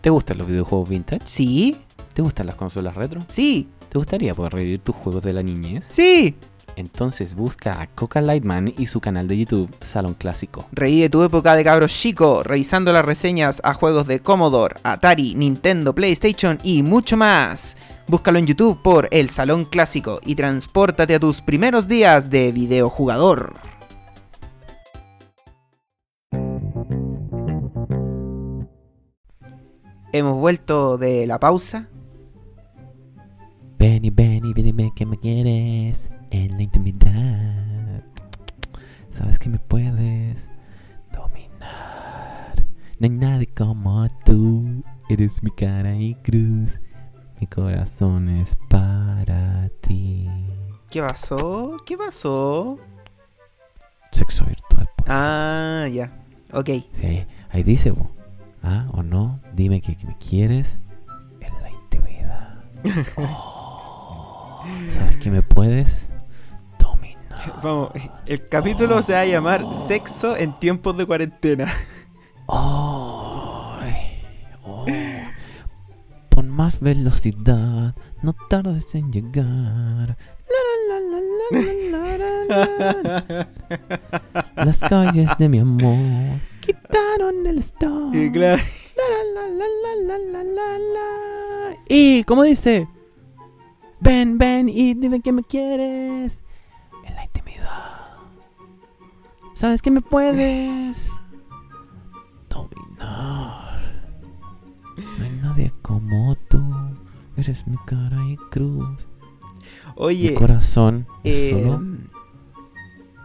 ¿Te gustan los videojuegos vintage?
Sí,
¿Te gustan las consolas retro?
sí,
¿Te gustaría poder revivir tus juegos de la niñez?
sí.
Entonces busca a Coca Lightman y su canal de YouTube Salón Clásico.
Revive tu época de cabros chico, revisando las reseñas a juegos de Commodore, Atari, Nintendo, PlayStation y mucho más. Búscalo en YouTube por El Salón Clásico y transpórtate a tus primeros días de videojugador. Hemos vuelto de la pausa.
Ven y ven y dime que me quieres en la intimidad. Sabes que me puedes dominar. No hay nadie como tú. Eres mi cara y cruz. Mi corazón es para ti.
¿Qué pasó? ¿Qué pasó?
Sexo virtual. po.
Ah, ya. Ok.
Sí, ahí dice, po. Ah, o no. Dime que, que me quieres en la intimidad. Oh, Sabes que me puedes dominar.
Vamos, el capítulo se va a llamar Sexo en tiempos de cuarentena.
Ay, oh. Pon más velocidad, no tardes en llegar. La, la, la, la, la, la, la, la, la. Las calles de mi amor quitaron el stop.
Y claro.
La, la, la, la, la, la, la, la. Y, ¿cómo dice? Ven, ven y dime que me quieres. En la intimidad. ¿Sabes que me puedes? Dominar. No hay nadie como tú. Eres mi cara y cruz. Mi
Oye,
corazón es
eh,
solo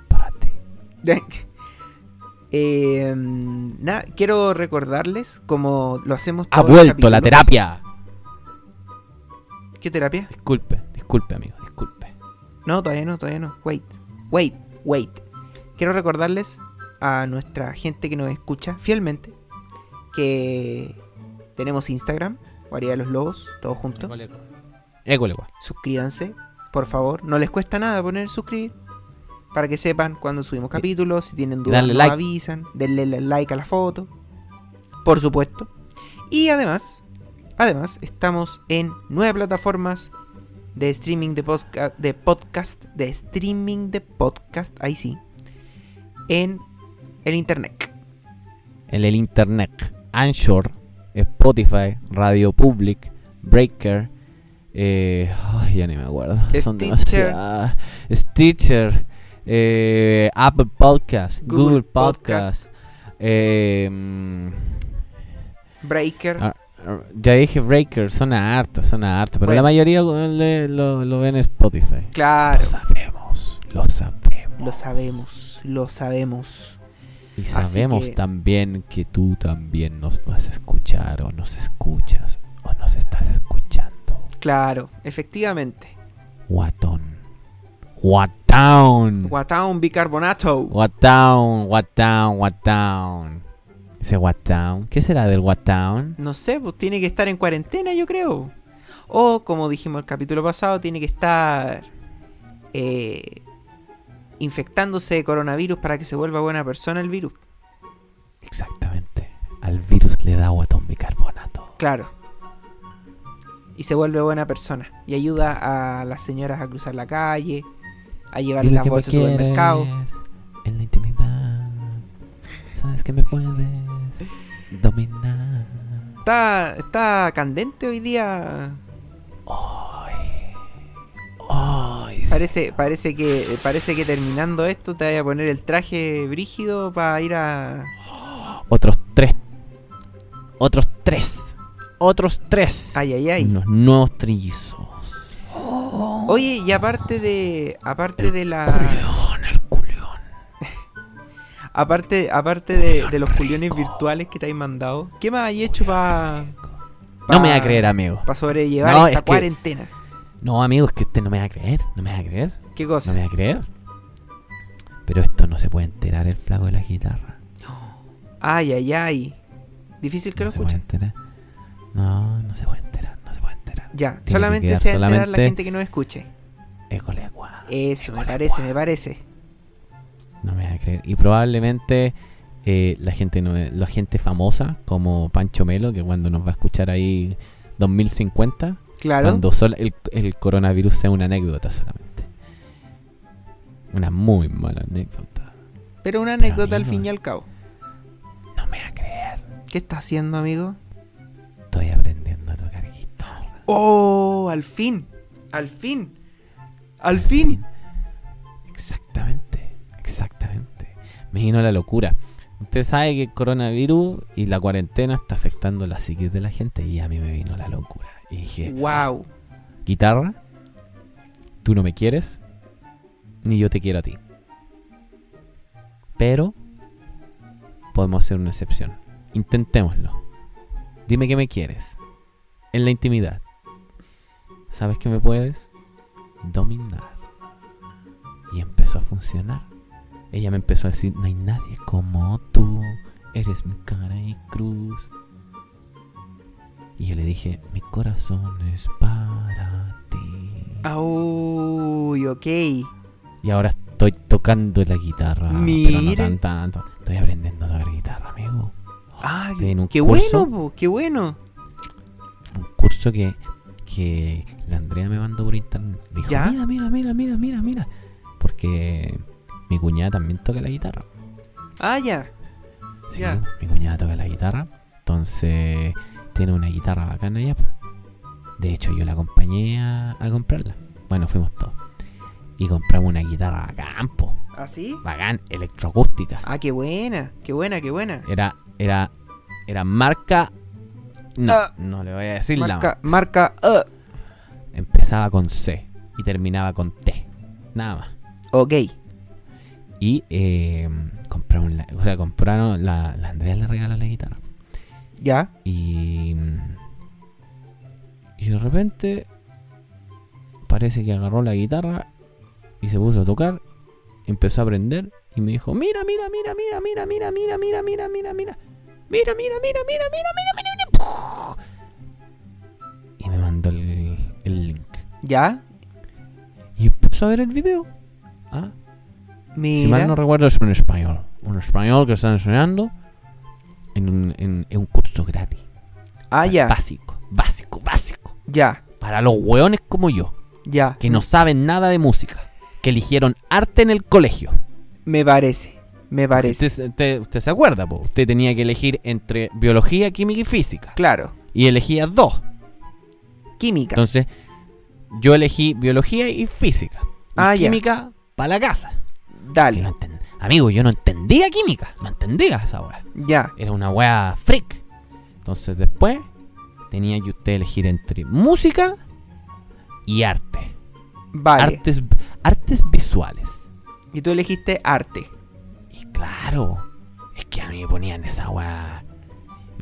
para ti.
eh, nada, quiero recordarles como lo hacemos
Ha
todos los
vuelto la
capítulos.
terapia.
¿Qué terapia?
Disculpe, disculpe, amigo, disculpe.
No, todavía no, todavía no. Wait, wait, wait. Quiero recordarles a nuestra gente que nos escucha fielmente que tenemos Instagram, Guarida de los Lobos, todos juntos.
École, gua.
suscríbanse, por favor. No les cuesta nada poner suscribir para que sepan cuando subimos capítulos, si tienen dudas,
Dale
nos
like.
avisan, denle la- like a la foto, por supuesto. Y además, además estamos en nueve plataformas de streaming de podcast, de podcast, de streaming de podcast, ahí sí, en el internet.
en el internet. Anchor, Spotify, Radio Public, Breaker, eh, ay, ya ni me acuerdo. Son
Stitcher.
demasiadas. Stitcher, eh, Apple Podcast, Google,
Google
Podcast. eh, mm,
Breaker,
Ah, ya dije Breaker, suena harta, suena harta, pero
Bueno.
la mayoría eh, lo, lo ven en Spotify.
claro,
Lo sabemos, lo sabemos.
lo sabemos, lo sabemos.
Y
Así
sabemos
que-
también que tú también nos vas a escuchar o nos escuchas o nos estás escuchando.
Claro, efectivamente.
Guatón. Guatown.
Guataón bicarbonato.
Guatown, guatown, guatown. Ese guatown. ¿Qué será del guatown?
No sé, pues tiene que estar en cuarentena, yo creo. O, como dijimos el capítulo pasado, tiene que estar eh, infectándose de coronavirus para que se vuelva buena persona el virus.
Exactamente. Al virus le da guatón bicarbonato.
Claro. Y se vuelve buena persona. Y ayuda a las señoras a cruzar la calle, a llevarle
Dime
las
que me
bolsas al supermercado.
quieres En la intimidad. Sabes que me puedes dominar.
Está, está candente hoy día.
Ay. Ay.
Parece, parece, que, parece que terminando esto te vaya a poner el traje brígido para ir a,
Otros tres. Otros tres. Otros tres.
Ay, ay, ay.
Los nuevos trillizos.
Oye, y aparte de. Aparte de la.
Culión, el culión.
Aparte, aparte de, de los culiones virtuales que te habéis mandado, ¿qué más hay hecho para
No me va a creer, amigo.
Para sobrellevar
No,
esta
es que-
cuarentena.
No, amigo, es que usted no me va a creer. No me va a creer.
¿Qué cosa?
No me va a creer. Pero esto no se puede enterar el flaco de la guitarra.
Ay, ay, ay. Difícil que
no
lo
se puede
escuchen.
enterar. No, no se puede enterar. No se puede enterar.
Ya,
que
solamente
quedar
se va a enterar la
solamente-
gente que no escuche.
École, guau.
Eso, me
École,
parece,
guau.
me parece.
No me va a creer. Y probablemente eh, la gente no- la gente famosa como Pancho Melo, que cuando nos va a escuchar ahí 2050,
Claro.
cuando sola- el, el coronavirus sea una anécdota solamente. Una muy mala anécdota.
Pero una
Pero,
anécdota al
amigo.
fin y al cabo.
No me va a creer.
¿Qué está haciendo, amigo?
Estoy aprendiendo a tocar guitarra.
¡Oh! ¡Al fin! ¡Al fin! ¡Al fin!
Exactamente, exactamente. Me vino la locura. Usted sabe que el coronavirus y la cuarentena está afectando la psiquis de la gente y a mí me vino la locura. Y dije,
¡Wow!
guitarra, tú no me quieres, ni yo te quiero a ti. Pero podemos hacer una excepción. Intentémoslo. Dime que me quieres. En la intimidad. ¿Sabes que me puedes? Dominar. Y empezó a funcionar. Ella me empezó a decir, no hay nadie como tú. Eres mi cara y cruz. Y yo le dije, mi corazón es para ti.
¡Uy! Ok.
Y ahora estoy tocando la guitarra. Pero no
Mire.
tan tanto. Estoy aprendiendo a tocar guitarra, amigo.
¡Ah!
Estoy en un
¡Qué
curso.
bueno, po, ¡Qué bueno!
Un curso que, que la Andrea me mandó por internet. Me dijo,
¿Ya?
mira, mira, mira, mira, mira, mira. Porque mi cuñada también toca la guitarra.
¡Ah, ya!
Sí,
Ya.
mi cuñada toca la guitarra. Entonces tiene una guitarra bacana ya. po. De hecho, yo la acompañé a, a comprarla. Bueno, fuimos todos. Y compramos una guitarra bacán, po.
¿Así?
Bacán, electroacústica.
¡Ah, qué buena! ¡Qué buena, qué buena!
Era, era, era marca. No,
Ah.
no le voy a decir la marca.
Marca, marca. ah,
Empezaba con C y terminaba con T. Nada más.
ok.
Y eh, compraron, la, o sea, compraron la, la Andrea le regaló la guitarra.
Ya.
Y. Y de repente. Parece que agarró la guitarra y se puso a tocar. Empezó a aprender y me dijo: Mira, mira, mira, mira, mira, mira, mira, mira, mira, mira, mira. Mira, mira, mira, mira, mira, mira, mira, mira. ¡Puf! Y me mandó el, el link.
Ya.
Y empezó a ver el video. Ah, si
Mira.
mal no recuerdo, es un español. Un español que está enseñando en un, en- en un curso gratis.
ah, ya.
Básico, básico, básico.
Ya.
Para los hueones como yo,
Ya.
que no saben nada de música, que eligieron arte en el colegio.
Me parece. Me parece.
Usted, usted- usted se acuerda, po? usted tenía que elegir entre biología, química y física.
Claro.
Y elegía dos.
Química.
Entonces, yo elegí biología y física. Y
Ah, ya.
química para la casa. Que no
Dale.
enten- Amigo, yo no entendía química. No entendía esa hora.
Ya.
Era una wea freak. Entonces después tenía que usted elegir entre música y arte.
Vale.
artes, artes visuales.
Y tú elegiste arte.
Y claro, es que a mí me ponían esa weá.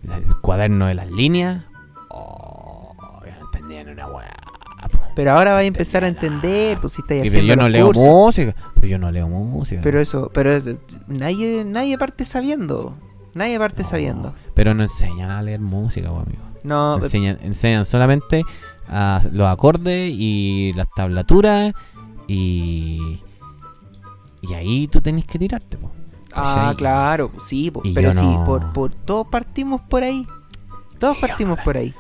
El cuaderno de las líneas. Oh, yo no entendía ni una weá. po.
Pero ahora vas a empezar a
Entendí nada.
entender, pues si estás
Sí, pero
haciendo
yo no
los
leo
cursos.
música. Pero yo no leo música.
Pero eso, pero es- nadie, nadie parte sabiendo. Nadie parte
No,
sabiendo.
Pero no enseñan a leer música, po, amigo.
No, eh,
enseñan, enseñan solamente a los acordes y las tablaturas y y ahí tú tenés que tirarte po.
ah,
¿cachai?
claro, sí, po,
pues y
pero
yo
sí,
no.
por, por todos partimos por ahí. Todos
Y yo
partimos
no-
por ahí.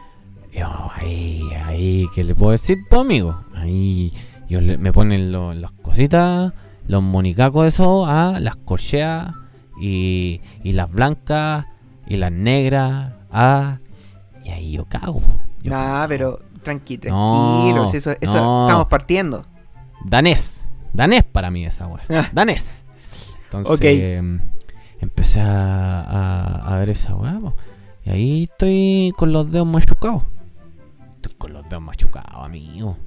yo ahí ahí qué le puedo decir po, amigo ahí yo le- me ponen lo- las cositas los monicacos eso ah, las corcheas y, y las blancas y las negras ah, y ahí yo cago po. Yo
Nah,
cago.
pero tranqui,
No,
tranquilos, eso, eso
no.
estamos partiendo.
danés. Danés para mí esa weá.
Ah.
Danés. Entonces
Ok.
em, empecé a, a- a ver esa weá. po. Y ahí estoy con los dedos machucados. Estoy con los dedos machucados, amigo.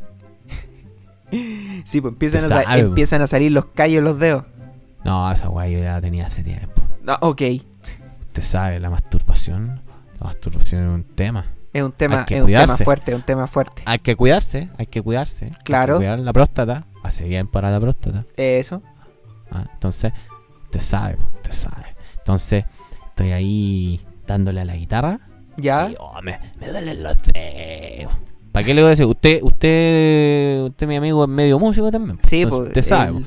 Sí, pues empiezan, a,
Se
sa-
sabe, po.
empiezan a salir los callos en los dedos.
No, esa weá yo ya la tenía hace tiempo.
Ah, ok,
Usted sabe, la masturbación. La masturbación es un tema.
Es un tema,
Hay que
es un tema
cuidarse.
fuerte, es un tema fuerte.
Hay que cuidarse, hay que cuidarse.
Claro.
Hay que cuidar la próstata. Hace bien para la próstata.
Eh, Eso.
Ah, entonces, te sabe, po, te sabe. Entonces, estoy ahí dándole a la guitarra.
Ya.
Y, oh, me, me duelen los dedos. ¿Para qué le voy a decir? Usted, usted, usted, mi amigo, es medio músico también. po.
Sí,
Entonces,
pues.
Usted sabe. po.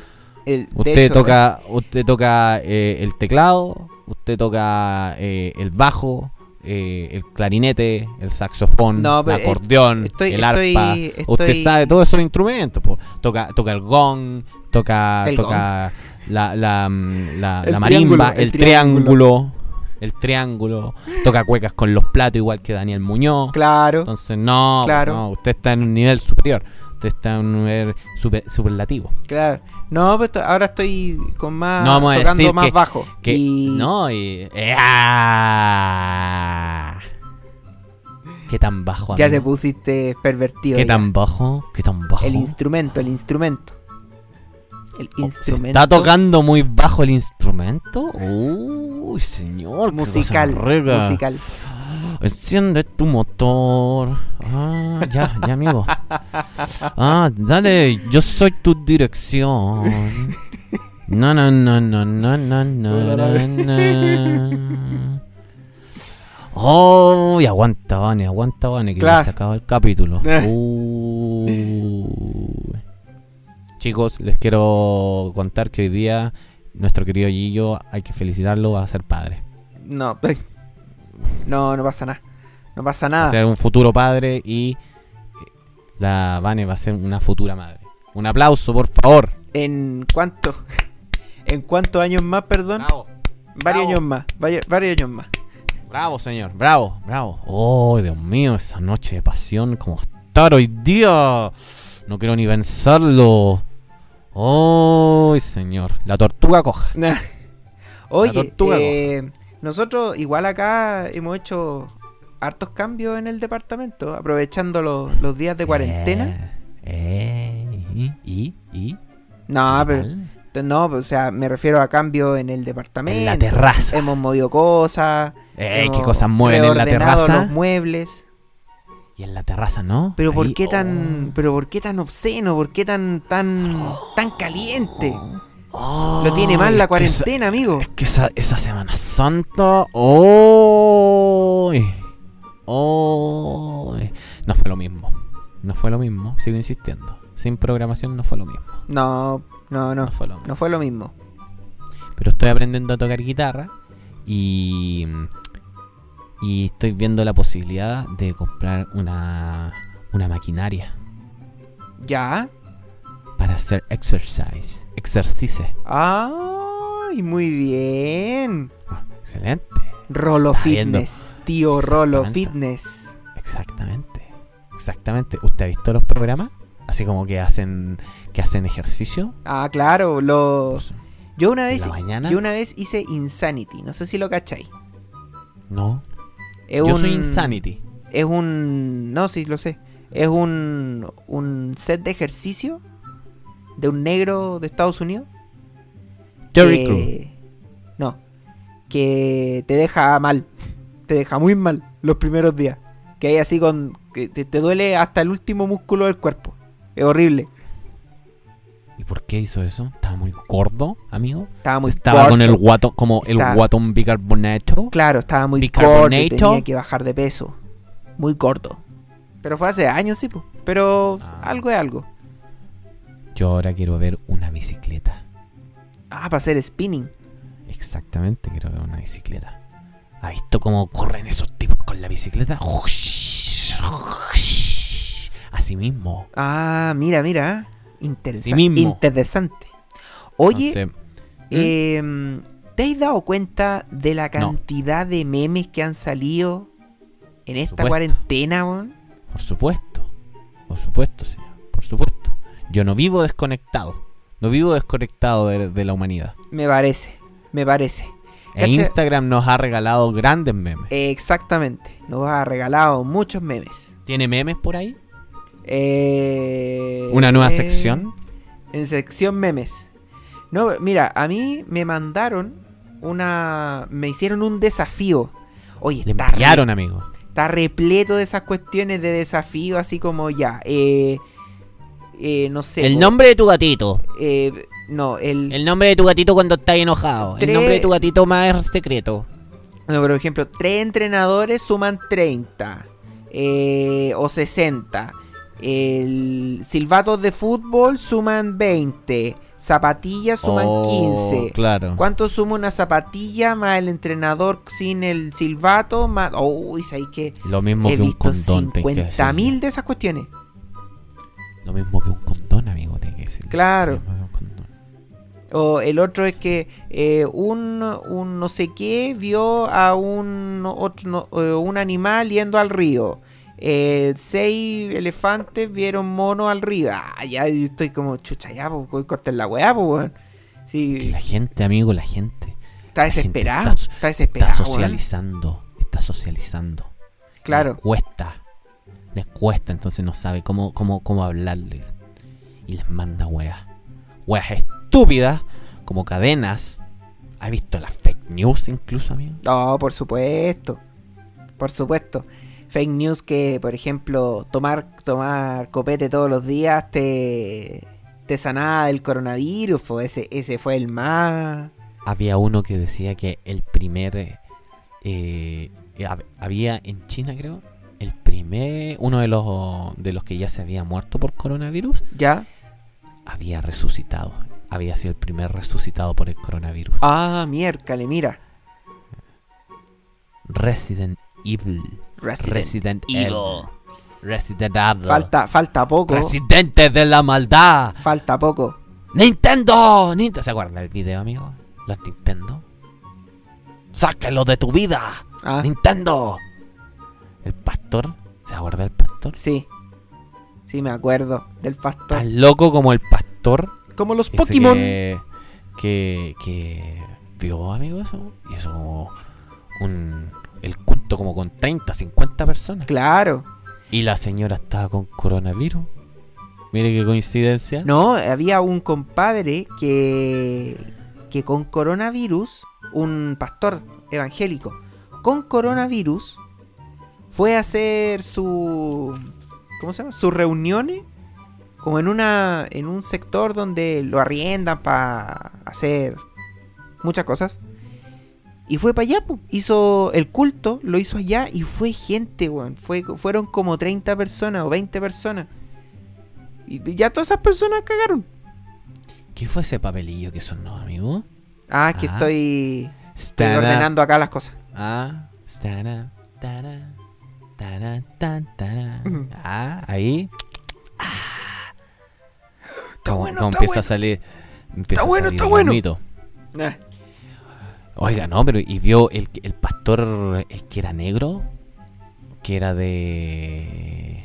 el- el- de
Usted
hecho, eh,
toca, usted toca eh, el teclado, usted toca eh, el bajo, eh, el clarinete, el saxofón,
No,
el
pero, eh,
acordeón,
estoy-
el arpa.
estoy-
Usted
estoy-
sabe todos esos instrumentos. po. Toca, toca el gong, toca,
El
toca la, la, mm, la-
El
la marimba,
triángulo, el
el, triángulo, el triángulo. Toca cuecas con los platos igual que Daniel Muñoz.
Claro.
Entonces no,
Claro.
no, usted está en un nivel superior. Usted está en un nivel super, superlativo.
Claro. No, pues to- ahora estoy con más
No vamos a
tocando
decir
más
que-
bajo.
Que,
y
No, y. ¡Ea! ¿Qué tan bajo?
ya te
pues, amigo?
pusiste pervertido.
¿Qué
ya.
tan bajo? ¿Qué tan bajo?
El instrumento, el instrumento. El
Oh, ¿se
instrumento.
¿Está tocando muy bajo el instrumento? Uy, señor. qué
musical,
cosa rica.
musical.
Enciende tu motor. Ah, ya, ya, amigo. Ah, dale, yo soy tu dirección. No, no, no, no, no, no, no, no, no. Oh, y aguanta, Vane, aguanta, Vane, que
Claro.
ya se acaba el capítulo.
Eh.
Uy. Chicos, les quiero contar que hoy día nuestro querido Gillo, hay que felicitarlo, va a ser padre.
No, pues, no, no pasa nada. No pasa
va a
nada.
ser un futuro padre y eh, la Vane va a ser una futura madre. Un aplauso, por favor.
¿En cuánto? ¿En cuántos años más, perdón?
Bravo,
varios
bravo.
años más. Varios, varios años más.
bravo, señor, bravo, bravo. Oh, Dios mío, esa noche de pasión, como estar hoy día. No quiero ni pensarlo. Oh, señor, la tortuga coja.
Oye,
tortuga
eh, nosotros igual acá hemos hecho hartos cambios en el departamento, aprovechando los, los días de cuarentena.
Eh, eh, y, y, y.
No,
¿qué
Ah, pero
tal?
no, pero, o sea, me refiero a cambios en el departamento.
En la terraza.
Hemos movido cosas.
Eh, qué
hemos
cosas mueven en la
reordenado
terraza.
los muebles.
Y en la terraza, ¿no?
Pero
Ahí,
¿por qué tan,
oh.
pero por qué tan obsceno? ¿Por qué tan, tan, tan caliente? Lo
Oh,
tiene mal la
es que esa-
cuarentena, amigo.
Es que esa, esa Semana Santa. ¡Oh! ¡Oh! No fue lo mismo. No fue lo mismo. Sigo insistiendo. Sin programación no fue lo mismo.
No, no,
No,
no,
fue lo mismo.
no fue lo mismo.
Pero estoy aprendiendo a tocar guitarra y. Y estoy viendo la posibilidad de comprar una, una maquinaria
Ya.
para hacer exercise. Exercice.
Ay, muy bien.
Ah, excelente.
Rolo
Está viendo.
Fitness, tío Rolo
Exactamente.
Fitness.
Exactamente. Exactamente. ¿Usted ha visto los programas? Así como que hacen que hacen ejercicio.
Ah, claro, lo...
Pues,
Yo una
en
vez
la mañana.
yo una vez hice Insanity, no sé si lo cacháis.
No.
Es
Yo
un-
soy Insanity.
Es un no, sí lo sé. Es un un set de ejercicio de un negro de Estados Unidos.
Terry
que-
Crew.
No. Que te deja mal. Te deja muy mal los primeros días. Que hay así con. que te, te duele hasta el último músculo del cuerpo. Es horrible.
¿Y por qué hizo eso? Estaba muy gordo, amigo.
Estaba muy
Estaba
corto.
con el guato como
Está-
el guatón bicarbonato.
Claro, estaba muy corto. y
Bicarbonato.
Tenía que bajar de peso. Muy corto. Pero fue hace años, sí, po. Pero
Ah.
algo es algo.
Yo ahora quiero ver una bicicleta.
Ah, para hacer spinning.
Exactamente, quiero ver una bicicleta. ¿Ha visto cómo corren esos tipos con la bicicleta? Así mismo.
Ah, mira, mira. Interesante.
Sí mismo.
Interesante. Oye,
No sé.
Em, ¿Te has dado cuenta de la
No.
cantidad de memes que han salido en esta
Supuesto.
cuarentena, weón?
Por supuesto. Por supuesto, señor. Por supuesto. Yo no vivo desconectado. No vivo desconectado de, de la humanidad.
Me parece, me parece.
E
Cacha-
Instagram nos ha regalado grandes memes.
Eh, exactamente, nos ha regalado muchos memes.
¿Tiene memes por ahí?
Eh,
¿Una nueva
eh,
sección?
En sección memes. No, mira, a mí me mandaron una... Me hicieron un desafío. Oye, eh,
Le
está re-
enviaron, amigo.
Está repleto de esas cuestiones de desafío, así como ya. eh, eh, no sé.
El
po,
nombre de tu gatito.
eh, no, el,
El nombre de tu gatito cuando estás enojado. El
Tres-
nombre de tu gatito más secreto.
No, por ejemplo, tres entrenadores suman 30 eh, o 60. El silbatos de fútbol suman 20. Zapatillas suman
Oh,
15.
Claro.
¿Cuánto suma una zapatilla más el entrenador sin el oh, silbato? Más... Uy, ¿sabes qué?
Lo mismo
He
que un
visto
condón. tenés que
50.000
decirlo.
de esas cuestiones.
Lo mismo que un condón, amigo, tenés que decirlo.
Claro.
Lo mismo que un condón.
O el otro es que eh, un, un no sé qué vio a un, otro, no- eh, un animal yendo al río. Eh, seis elefantes vieron mono al río. Ah, ya yo estoy como chucha, ya, pues, voy a cortar la weá, pues, weón.
Que
Sí,
la gente, amigo, la gente
está
gente
desesperado.
está-
Está
está
desesperado, weón.
socializando. Está socializando.
Claro.
Les cuesta. Les cuesta, entonces no sabe cómo, cómo, cómo hablarles. Y les manda weas. Weas estúpidas, como cadenas. ¿Has visto las fake news incluso, amigo?
No, por supuesto. Por supuesto. Fake news que, por ejemplo, tomar, tomar copete todos los días te, te sanaba del coronavirus. po. Ese, ese fue el más.
Había uno que decía que el primer... eh, eh, hab- había en China, creo. El primer... Uno de los, de los que ya se había muerto por coronavirus.
¿Ya?
Había resucitado. Había sido el primer resucitado por el coronavirus.
Ah, miércale, mira.
Resident Evil.
Resident.
Resident
Evil.
Evil. Resident Evil.
Falta, falta poco.
Residentes de la maldad.
Falta poco.
Nintendo. Nintendo. ¿Se acuerdan del video, amigo? Los Nintendo. Sácalo de tu vida.
Ah,
Nintendo. El pastor. ¿Se acuerda del pastor?
sí. Sí, me acuerdo del pastor.
Tan loco como el pastor.
Como los
ese
Pokémon.
Que, que, que vio, amigo, eso. Y eso como un... El culto como con 30, 50 personas.
Claro.
Y la señora estaba con coronavirus. Mire qué coincidencia.
No, había un compadre que, que con coronavirus, un pastor evangélico, con coronavirus fue a hacer su ¿cómo se llama? sus reuniones como en una en un sector donde lo arriendan para hacer muchas cosas. Y fue para allá, po. hizo el culto, lo hizo allá y fue gente, weón. Fue, fueron como 30 personas o 20 personas. Y ya todas esas personas cagaron.
¿Qué fue ese papelillo que sonó, amigo?
Ah, es que
Ah.
estoy, estoy
Stana-
ordenando acá las cosas.
Ah, stana, tara, tara, tan, tara.
Ujú. Ah.
Ah, ahí.
Está bueno,
Como
está
empieza a
bueno.
salir. Empieza
Está bueno,
a salir
está
el
bueno.
mito.
Ah,
Oiga, no, pero y vio el, el pastor, el que era negro, que era de...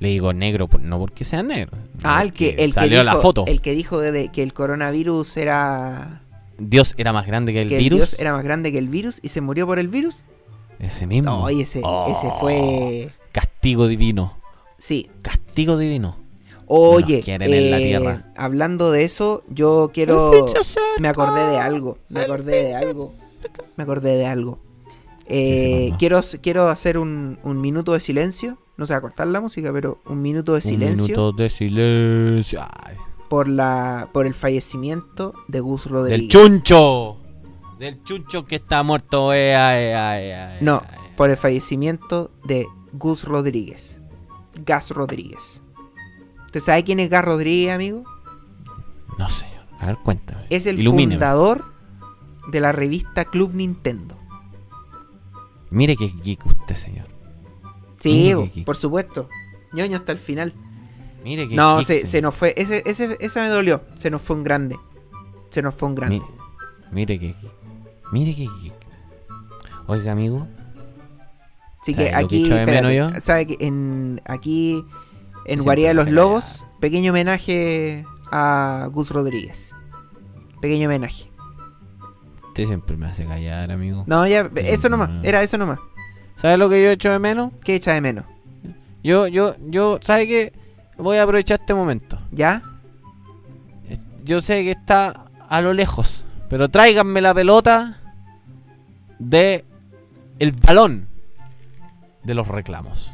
Le digo negro, por- no porque sea negro.
Ah,
no
el que,
porque
el que
salió
dijo,
la foto.
El que dijo de- de que el coronavirus era.
Dios era más grande que el
que
virus.
el virus era más grande que el virus y se murió por el virus.
Ese mismo.
No, y ese,
Oh,
ese fue.
Castigo divino.
Sí.
Castigo divino.
Oye, eh,
nos quieren en la tierra.
hablando de eso, yo quiero. Me acordé de algo. Me acordé de algo. Me acordé de algo. Eh,
¿Qué se mandó?
quiero, quiero hacer un, un minuto de silencio. No sé, a cortar la música, pero un minuto de
Un
silencio
minuto de silencio. Ay,
por la por el fallecimiento de Gus
del
Rodríguez.
chuncho. Del chuncho que está muerto. eh, ay, ay, ay,
No,
ay.
por el fallecimiento de Gus Rodríguez. Gas Rodríguez. ¿Usted sabe quién es Gas Rodríguez, amigo?
No sé. A ver, cuéntame.
Es el
Ilumíneme.
fundador de la revista Club Nintendo.
Mire que geek usted, señor.
Sí,
Mira
bo,
qué geek.
por supuesto. ñoño hasta el final.
Mire que
No,
geek,
se, se
señor.
nos fue. Ese, ese, ese me dolió. Se nos fue un grande. Se nos fue un grande.
Mi- Mire que geek. Mire que geek. Oiga, amigo.
Así que
¿sabe lo que
aquí.
echo de menos
espérate,
yo?
¿Sabe que en, aquí, en
siempre
Guarida de
me
los
saca
Lobos, pequeño homenaje a Gus Rodríguez? Pequeño homenaje.
Usted siempre me hace callar, amigo.
No, ya,
Sí,
eso nomás,
no.
era eso nomás.
¿Sabe lo que yo echo de menos?
¿Qué echa de menos?
Yo, yo, yo, ¿sabe qué? Voy a aprovechar este momento.
¿Ya?
Es- Yo sé que está a lo lejos, pero tráiganme la pelota de el balón de los reclamos.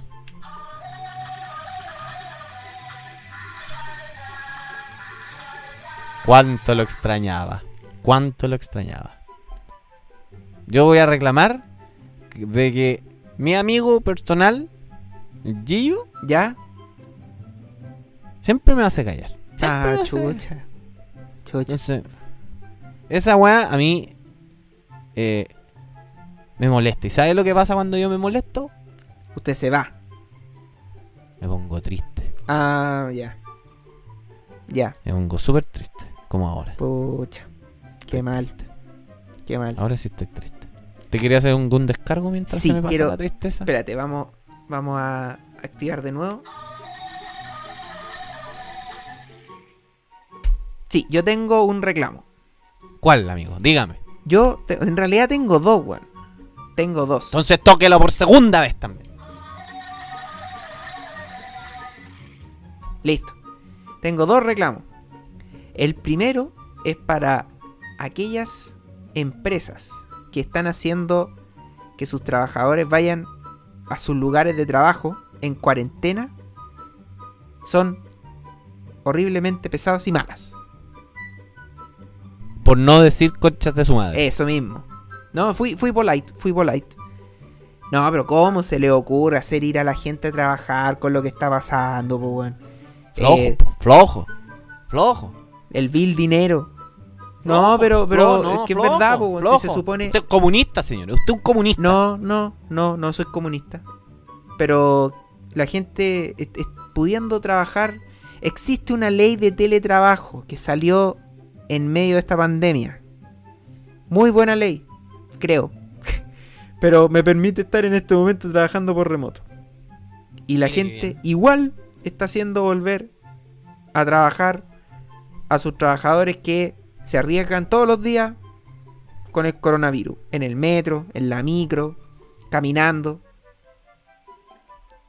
Cuánto lo extrañaba. Cuánto lo extrañaba. Yo voy a reclamar de que mi amigo personal, Gio,
¿Ya?
siempre me hace callar. Siempre me
Ah,
hace callar.
chucha. Chucha.
Entonces, esa weá a mí eh, me molesta. ¿Y sabes lo que pasa cuando yo me molesto?
Usted se va.
Me pongo triste.
Ah, ya. Ya,
Me pongo súper triste. Como ahora.
pucha. Qué mal. Qué mal.
Ahora sí estoy triste. ¿Te quería hacer un, un descargo mientras
Sí,
se me pasa
quiero-
la tristeza?
Espérate, vamos, vamos a activar de nuevo. Sí, yo tengo un reclamo.
¿Cuál, amigo? Dígame.
Yo te- en realidad tengo dos, weón. Tengo dos.
Entonces tóquelo por segunda vez también.
Listo. Tengo dos reclamos. El primero es para aquellas empresas que están haciendo que sus trabajadores vayan a sus lugares de trabajo en cuarentena. Son horriblemente pesadas y malas.
Por no decir conchas de su madre.
Eso mismo. No, fui, fui polite, fui polite. No, pero ¿cómo se le ocurre hacer ir a la gente a trabajar con lo que está pasando, pues, weón?
flojo,
Eh,
po, flojo. Flojo.
el vil dinero. No,
flojo,
pero,
flojo,
pero
no,
es que
flojo,
es verdad, pues, weón, si se
flojo.
supone...
Usted es comunista, señor. Usted es un comunista.
No, no, no, no soy comunista. Pero la gente es- es- pudiendo trabajar... Existe una ley de teletrabajo que salió en medio de esta pandemia. Muy buena ley, creo. Pero me permite estar en este momento trabajando por remoto. Y la
Mire qué
gente
bien.
igual está haciendo volver a trabajar a sus trabajadores que se arriesgan todos los días con el coronavirus. En el metro, en la micro, caminando.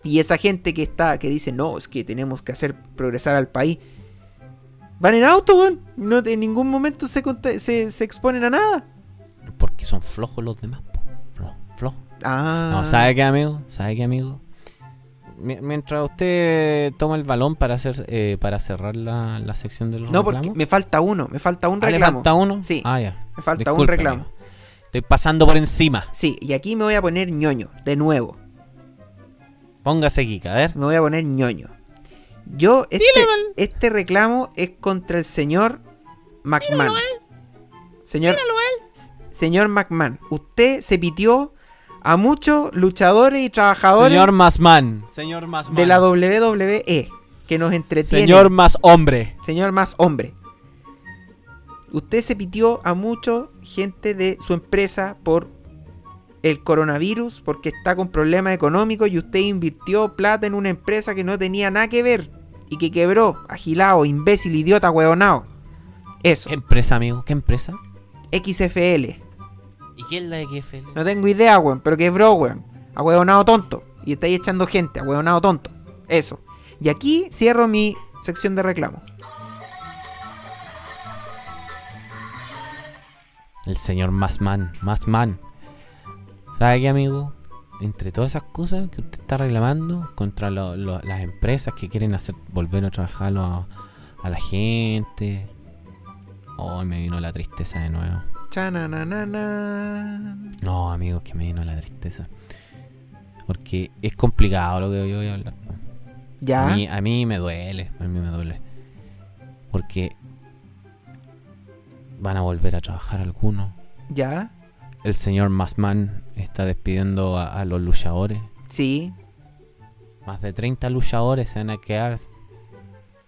Y esa gente que está, que dice, no, es que tenemos que hacer progresar al país. Van en auto, weón. No, te- en ningún momento se, conta- se, se exponen a nada.
Porque son flojos los demás, po. Flojo, flojo.
Ah.
No, ¿sabe qué, amigo? ¿Sabe qué, amigo? Mi- Mientras usted toma el balón para hacer eh, para cerrar la, la sección de los
No, porque
reclamos.
me falta uno, me falta un
Ah, ¿Le
reclamo.
falta uno?
Sí.
Ah, ya.
Me falta un
Disculpe,
reclamo.
amigo. Estoy pasando por encima.
Sí, y aquí me voy a poner ñoño, de nuevo.
Póngase Kika, a ver.
Me voy a poner ñoño. Yo, este, este reclamo es contra el señor McMahon. Señor, S- Señor McMahon, usted se pitió a muchos luchadores y trabajadores
Señor más man. Señor más
de la WWE que nos entretienen.
Señor más hombre.
señor más hombre. Usted se pitió a mucha gente de su empresa por el coronavirus, porque está con problemas económicos y usted invirtió plata en una empresa que no tenía nada que ver y que quebró, agilado, imbécil, idiota, huevonao. Eso,
¿Qué empresa, amigo? ¿Qué empresa?
XFL.
¿Y quién es la XFL?
No tengo idea, weón, pero quebró, weón. A huevonao tonto. Y estáis echando gente, a huevonao tonto. Eso. Y aquí cierro mi sección de reclamo.
El señor Masman, Masman. ¿Sabe qué, amigo? Entre todas esas cosas que usted está reclamando contra lo- lo- las empresas que quieren hacer volver a trabajar a, a la gente. Hoy me vino la tristeza de nuevo.
Chananana.
No, amigos, que me vino la tristeza. Porque es complicado lo que yo voy a hablar.
Ya.
A, mí, a mí me duele, a mí me duele. Porque van a volver a trabajar algunos.
¿Ya?
El señor Masman está despidiendo a, a los luchadores.
Sí.
Más de 30 luchadores se van a quedar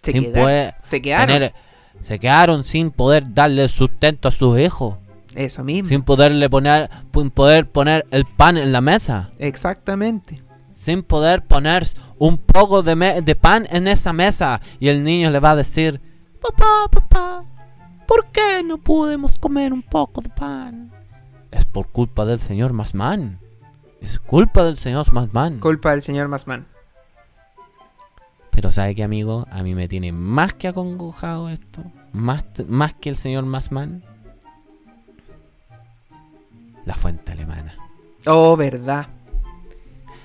Se,
sin
queda-
poder
se quedaron.
tener- Se quedaron sin poder darle sustento a sus hijos.
Eso mismo.
Sin poderle poner, sin poder poner el pan en la mesa.
Exactamente.
Sin poder poner un poco de, me- de pan en esa mesa. Y el niño le va a decir, papá, papá, ¿por qué no pudimos comer un poco de pan? Es por culpa del señor Masman. Es culpa del señor Masman.
Culpa del señor Masman.
Pero sabe que amigo, a mí me tiene más que acongojado esto, más, t- más que el señor Masman. La fuente alemana.
Oh, verdad.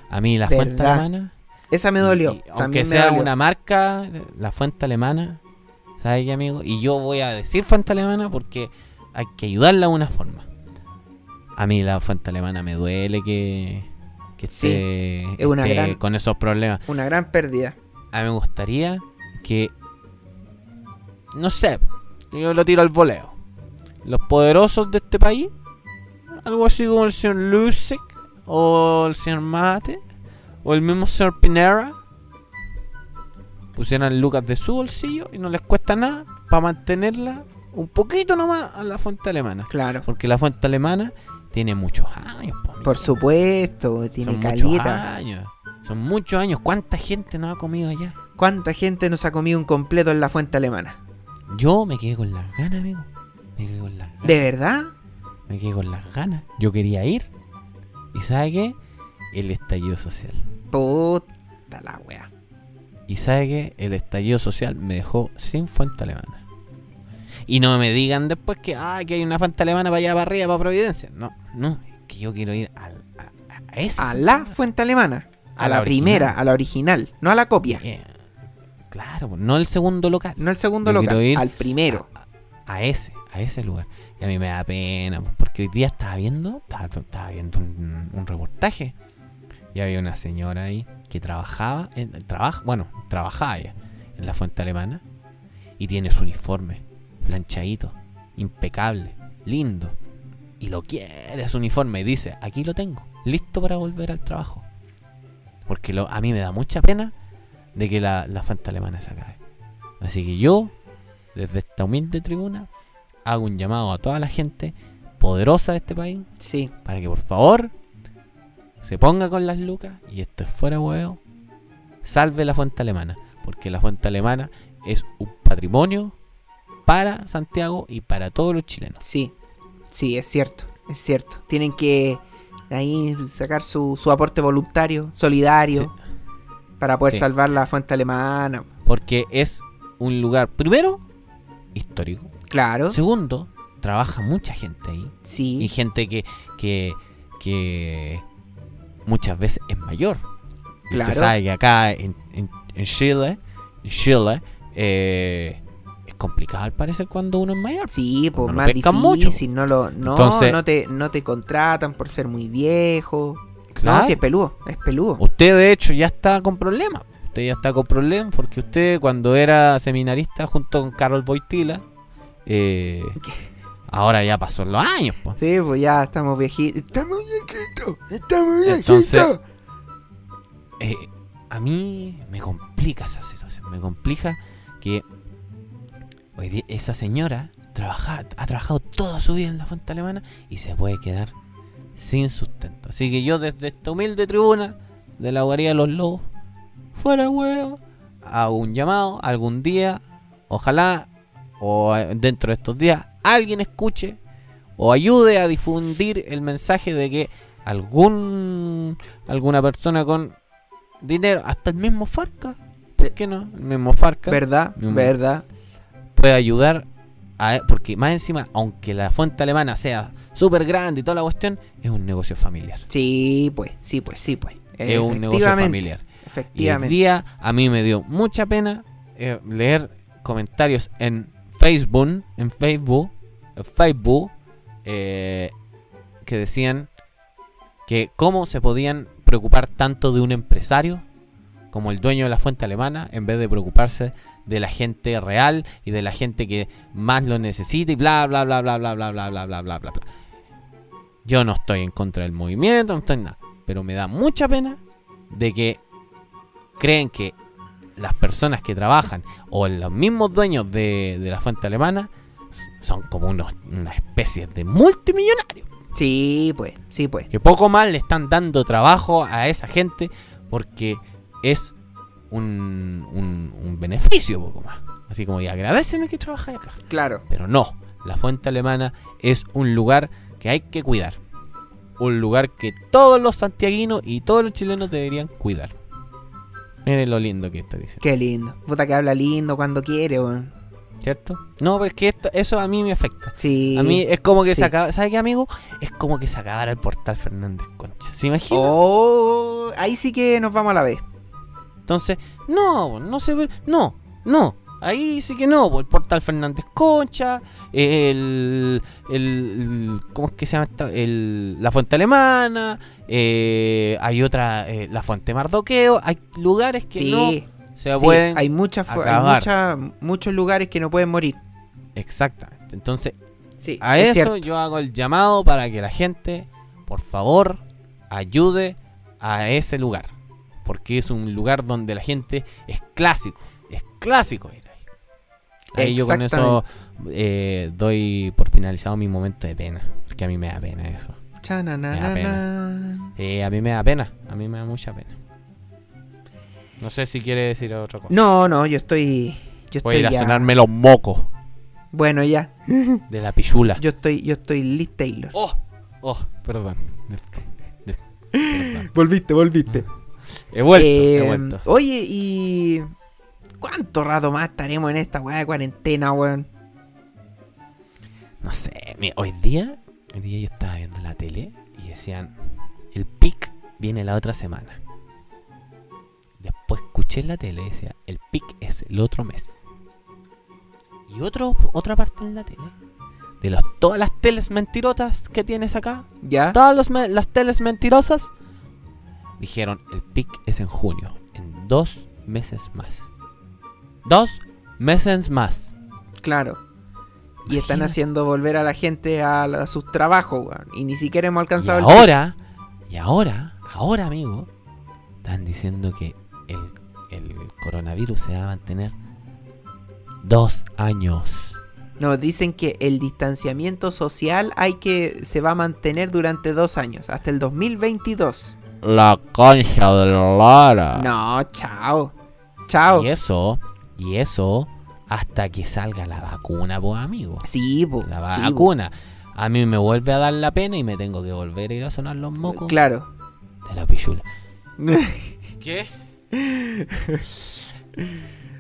A mí la fuente
Verdad.
alemana.
Esa me dolió.
y- aunque
también me
sea
dolió.
una marca, la fuente alemana. ¿Sabes qué, amigo? Y yo voy a decir fuente alemana porque hay que ayudarla de una forma. A mí la fuente alemana me duele que, que
Sí,
esté,
es una
esté
gran-
con esos problemas.
Una gran pérdida.
A mí me gustaría que. No sé, yo lo tiro al voleo. Los poderosos de este país, algo así como el señor Lusek, o el señor Mate, o el mismo señor Pinera, pusieran lucas de su bolsillo y no les cuesta nada para mantenerla un poquito nomás a la fuente alemana.
Claro.
Porque la fuente alemana tiene muchos años. po, amigo.
Por supuesto, tiene
Son muchos
caleta.
años. Son muchos años. ¿Cuánta gente no ha comido allá?
¿Cuánta gente nos ha comido un completo en la fuente alemana?
Yo me quedé con las ganas, amigo. Me quedé con las ganas.
¿De verdad?
Me quedé con las ganas. Yo quería ir. ¿Y sabe qué? El estallido social.
Puta la wea.
¿Y sabe qué? El estallido social me dejó sin fuente alemana. Y no me digan después que, ah, que hay una fuente alemana para allá, para arriba, para Providencia. No, no. Es que yo quiero ir al- a, a, a esa
A
fuente
la
alemana.
fuente alemana. A,
A
la,
la
primera, a la original. No a la copia.
Eh, Claro, pues, no el segundo local.
No al segundo
Yo
local.
quiero ir
Al primero.
a ese, a ese lugar. Y a mí me da pena, pues, porque hoy día estaba viendo, estaba, estaba viendo un, un reportaje. Y había una señora ahí que trabajaba, en, trabaja, bueno, trabajaba ya en la fuente alemana. Y tiene su uniforme, planchadito, impecable, lindo. Y lo quiere su uniforme y dice, aquí lo tengo, listo para volver al trabajo. Porque lo, a mí me da mucha pena de que la, la fuente alemana se acabe. Así que yo desde esta humilde tribuna hago un llamado a toda la gente poderosa de este país
Sí.
para que por favor se ponga con las lucas y esto es fuera huevo. Salve la fuente alemana, porque la fuente alemana es un patrimonio para Santiago y para todos los chilenos.
Sí, sí, es cierto, es cierto. Tienen que ahí sacar su, su aporte voluntario, solidario, para poder
Sí.
salvar la fuente alemana.
Porque es un lugar, primero, histórico.
Claro, sí.
Segundo, trabaja mucha gente ahí. Y gente que, que, que muchas veces es mayor. Y
Claro.
Usted sabe que acá en, en- en Chile, en Chile eh, es complicado al parecer cuando uno es mayor.
Sí, pues
no lo
más difícil,
pescan mucho.
no lo, no,
Entonces-
no te, no te contratan por ser muy viejo. No,
Claro.
sí es peludo, es peludo.
Usted de hecho ya está con problemas. Usted ya está con problemas porque usted cuando era seminarista junto con Carol Boitila, eh, ahora ya pasó los años. po.
Sí, pues ya estamos viejitos. Estamos viejitos, estamos viejitos.
Entonces- Eh, a mí me complica esa situación. Me complica que hoy día esa señora trabaja, ha trabajado toda su vida en la fuente alemana y se puede quedar sin sustento. Así que yo desde esta humilde tribuna de la guarida de los lobos, fuera huevo, hago un llamado algún día, ojalá, o eh, dentro de estos días, alguien escuche o ayude a difundir el mensaje de que algún alguna persona con dinero, hasta el mismo Farca, ¿por qué no? El mismo Farca
¿Verdad?
Mi mamá.
¿Verdad?
puede ayudar a, porque más encima, aunque la fuente alemana sea súper grande y toda la cuestión, es un negocio familiar.
Sí, pues, sí, pues, sí, pues.
Es un negocio
Efectivamente,
familiar. Y hoy
Efectivamente.
día a mí me dio mucha pena eh, leer comentarios en Facebook, en Facebook, en Facebook, eh, que decían que cómo se podían preocupar tanto de un empresario como el dueño de la fuente alemana en vez de preocuparse de la gente real y de la gente que más lo necesita y bla bla bla bla bla bla bla bla bla bla bla bla. Yo no estoy en contra del movimiento, no estoy en nada, pero me da mucha pena de que creen que las personas que trabajan o los mismos dueños de, de la fuente alemana s- son como unos, una especie de multimillonarios.
Sí, pues, sí, pues.
Que poco más le están dando trabajo a esa gente porque es un, un, un beneficio poco más. Así como, y agradeceme que trabajáis acá.
Claro.
Pero no, la fuente alemana es un lugar que hay que cuidar. Un lugar que todos los santiaguinos y todos los chilenos deberían cuidar. Miren lo lindo que está diciendo.
Qué lindo. Puta que habla lindo cuando quiere, weón.
¿Cierto? No, porque esto, eso a mí me afecta.
Sí.
A mí eh, es como que
Sí.
se acaba. ¿Sabe qué, amigo? Es como que se acabara el portal Fernández Concha. ¿Se imagina?
Oh, ahí sí que nos vamos a la vez.
Entonces, no, no se ve. No, no. Ahí sí que no. po, El portal Fernández Concha. El. el ¿Cómo es que se llama esta? El, la fuente alemana. eh, hay otra. eh, la fuente Mardoqueo. Hay lugares que
Sí,
no
sí,
se pueden.
hay, muchas, fu- hay
acabar.
mucha- muchos lugares que no pueden morir.
Exactamente. Entonces,
Sí,
A
es
eso
cierto.
yo hago el llamado para que la gente, por favor, ayude a ese lugar. Porque es un lugar donde la gente es clásico. Es clásico ir ahí. Ahí yo con eso eh, doy por finalizado mi momento de pena. Porque a mí me da pena eso.
Chananana.
Me da Eh, a mí me da pena. A mí me da mucha pena. No sé si quiere decir otra cosa.
No, no, yo estoy. Yo
Voy a
estoy
ir a
ya-
sonarme los mocos
Bueno, ya.
de la pichula.
Yo estoy, yo estoy Liz Taylor.
Oh, oh, perdón. Perdón. Perdón.
Volviste, volviste.
He Mm. vuelto,
Eh,
he vuelto.
Oye, y. ¿Cuánto rato más estaremos en esta weá de cuarentena, weón?
No sé, mira, hoy día, hoy día yo estaba viendo la tele y decían, el pic viene la otra semana. Después escuché en la tele y decía, el pic es el otro mes. Y otro, otra parte en la tele, de los, todas las teles mentirotas que tienes acá,
¿Ya?
todas los me- las teles mentirosas, dijeron, el pic es en junio, en dos meses más. Dos meses más.
Claro. Y están
Imagínate.
haciendo volver a la gente a, la- a sus trabajos, weón. Y ni siquiera hemos alcanzado
y
el.
ahora, y ahora, ahora, amigo, están diciendo que el, el coronavirus se va a mantener dos años.
Nos dicen que el distanciamiento social hay que se va a mantener durante dos años, hasta el 2022.
La concha de la lara.
No, chao. Chao.
Y eso, y eso, hasta que salga la vacuna, pues, amigo.
Sí, po,
La
sí, po.
vacuna. A mí me vuelve a dar la pena y me tengo que volver a ir a sonar los mocos
Claro.
de la pichula. ¿Qué?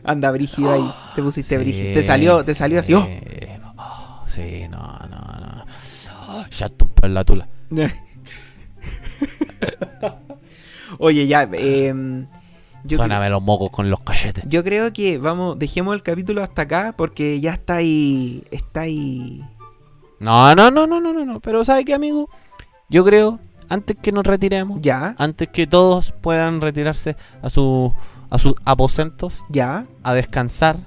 Anda brígido ahí. Te pusiste
Oh, Sí,
brígido. Te salió, te salió así. ¡Oh!
eh, oh, sí, no, no, no. Oh, Ya tumpé la tula.
Oye, ya. em, yo, creo,
Sóname los mocos con los cachetes.
yo creo que vamos, dejemos el capítulo hasta acá porque ya está ahí. Está ahí.
No, no, no, no, no, no, no. Pero ¿sabe qué, amigo? Yo creo, antes que nos retiremos,
Ya,
antes que todos puedan retirarse a, su, a sus aposentos,
ya.
a descansar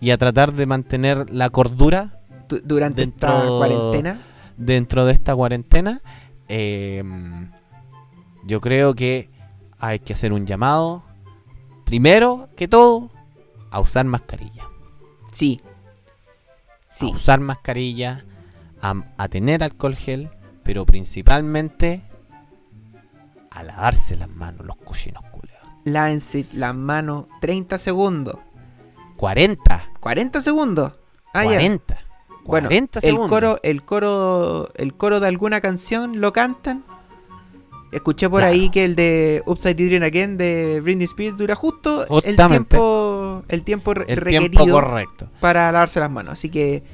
y a tratar de mantener la cordura
Du- durante esta
Dentro-
cuarentena.
dentro de esta cuarentena, eh, yo creo que hay que hacer un llamado, primero que todo, a usar mascarilla.
Sí.
A
Sí.
usar mascarilla, a, a tener alcohol gel, pero principalmente a lavarse las manos, los cochinos culeos.
Lávense las manos 30 segundos.
40,
40 segundos. Ah, ya.
40, 40
Bueno,
segundos.
El coro, el coro, el coro de alguna canción lo cantan. Escuché por
Claro.
ahí que el de Upside Down Again de Britney Spears dura justo el
Justamente.
tiempo, el tiempo re-
el
requerido
tiempo correcto.
para lavarse las manos. Así que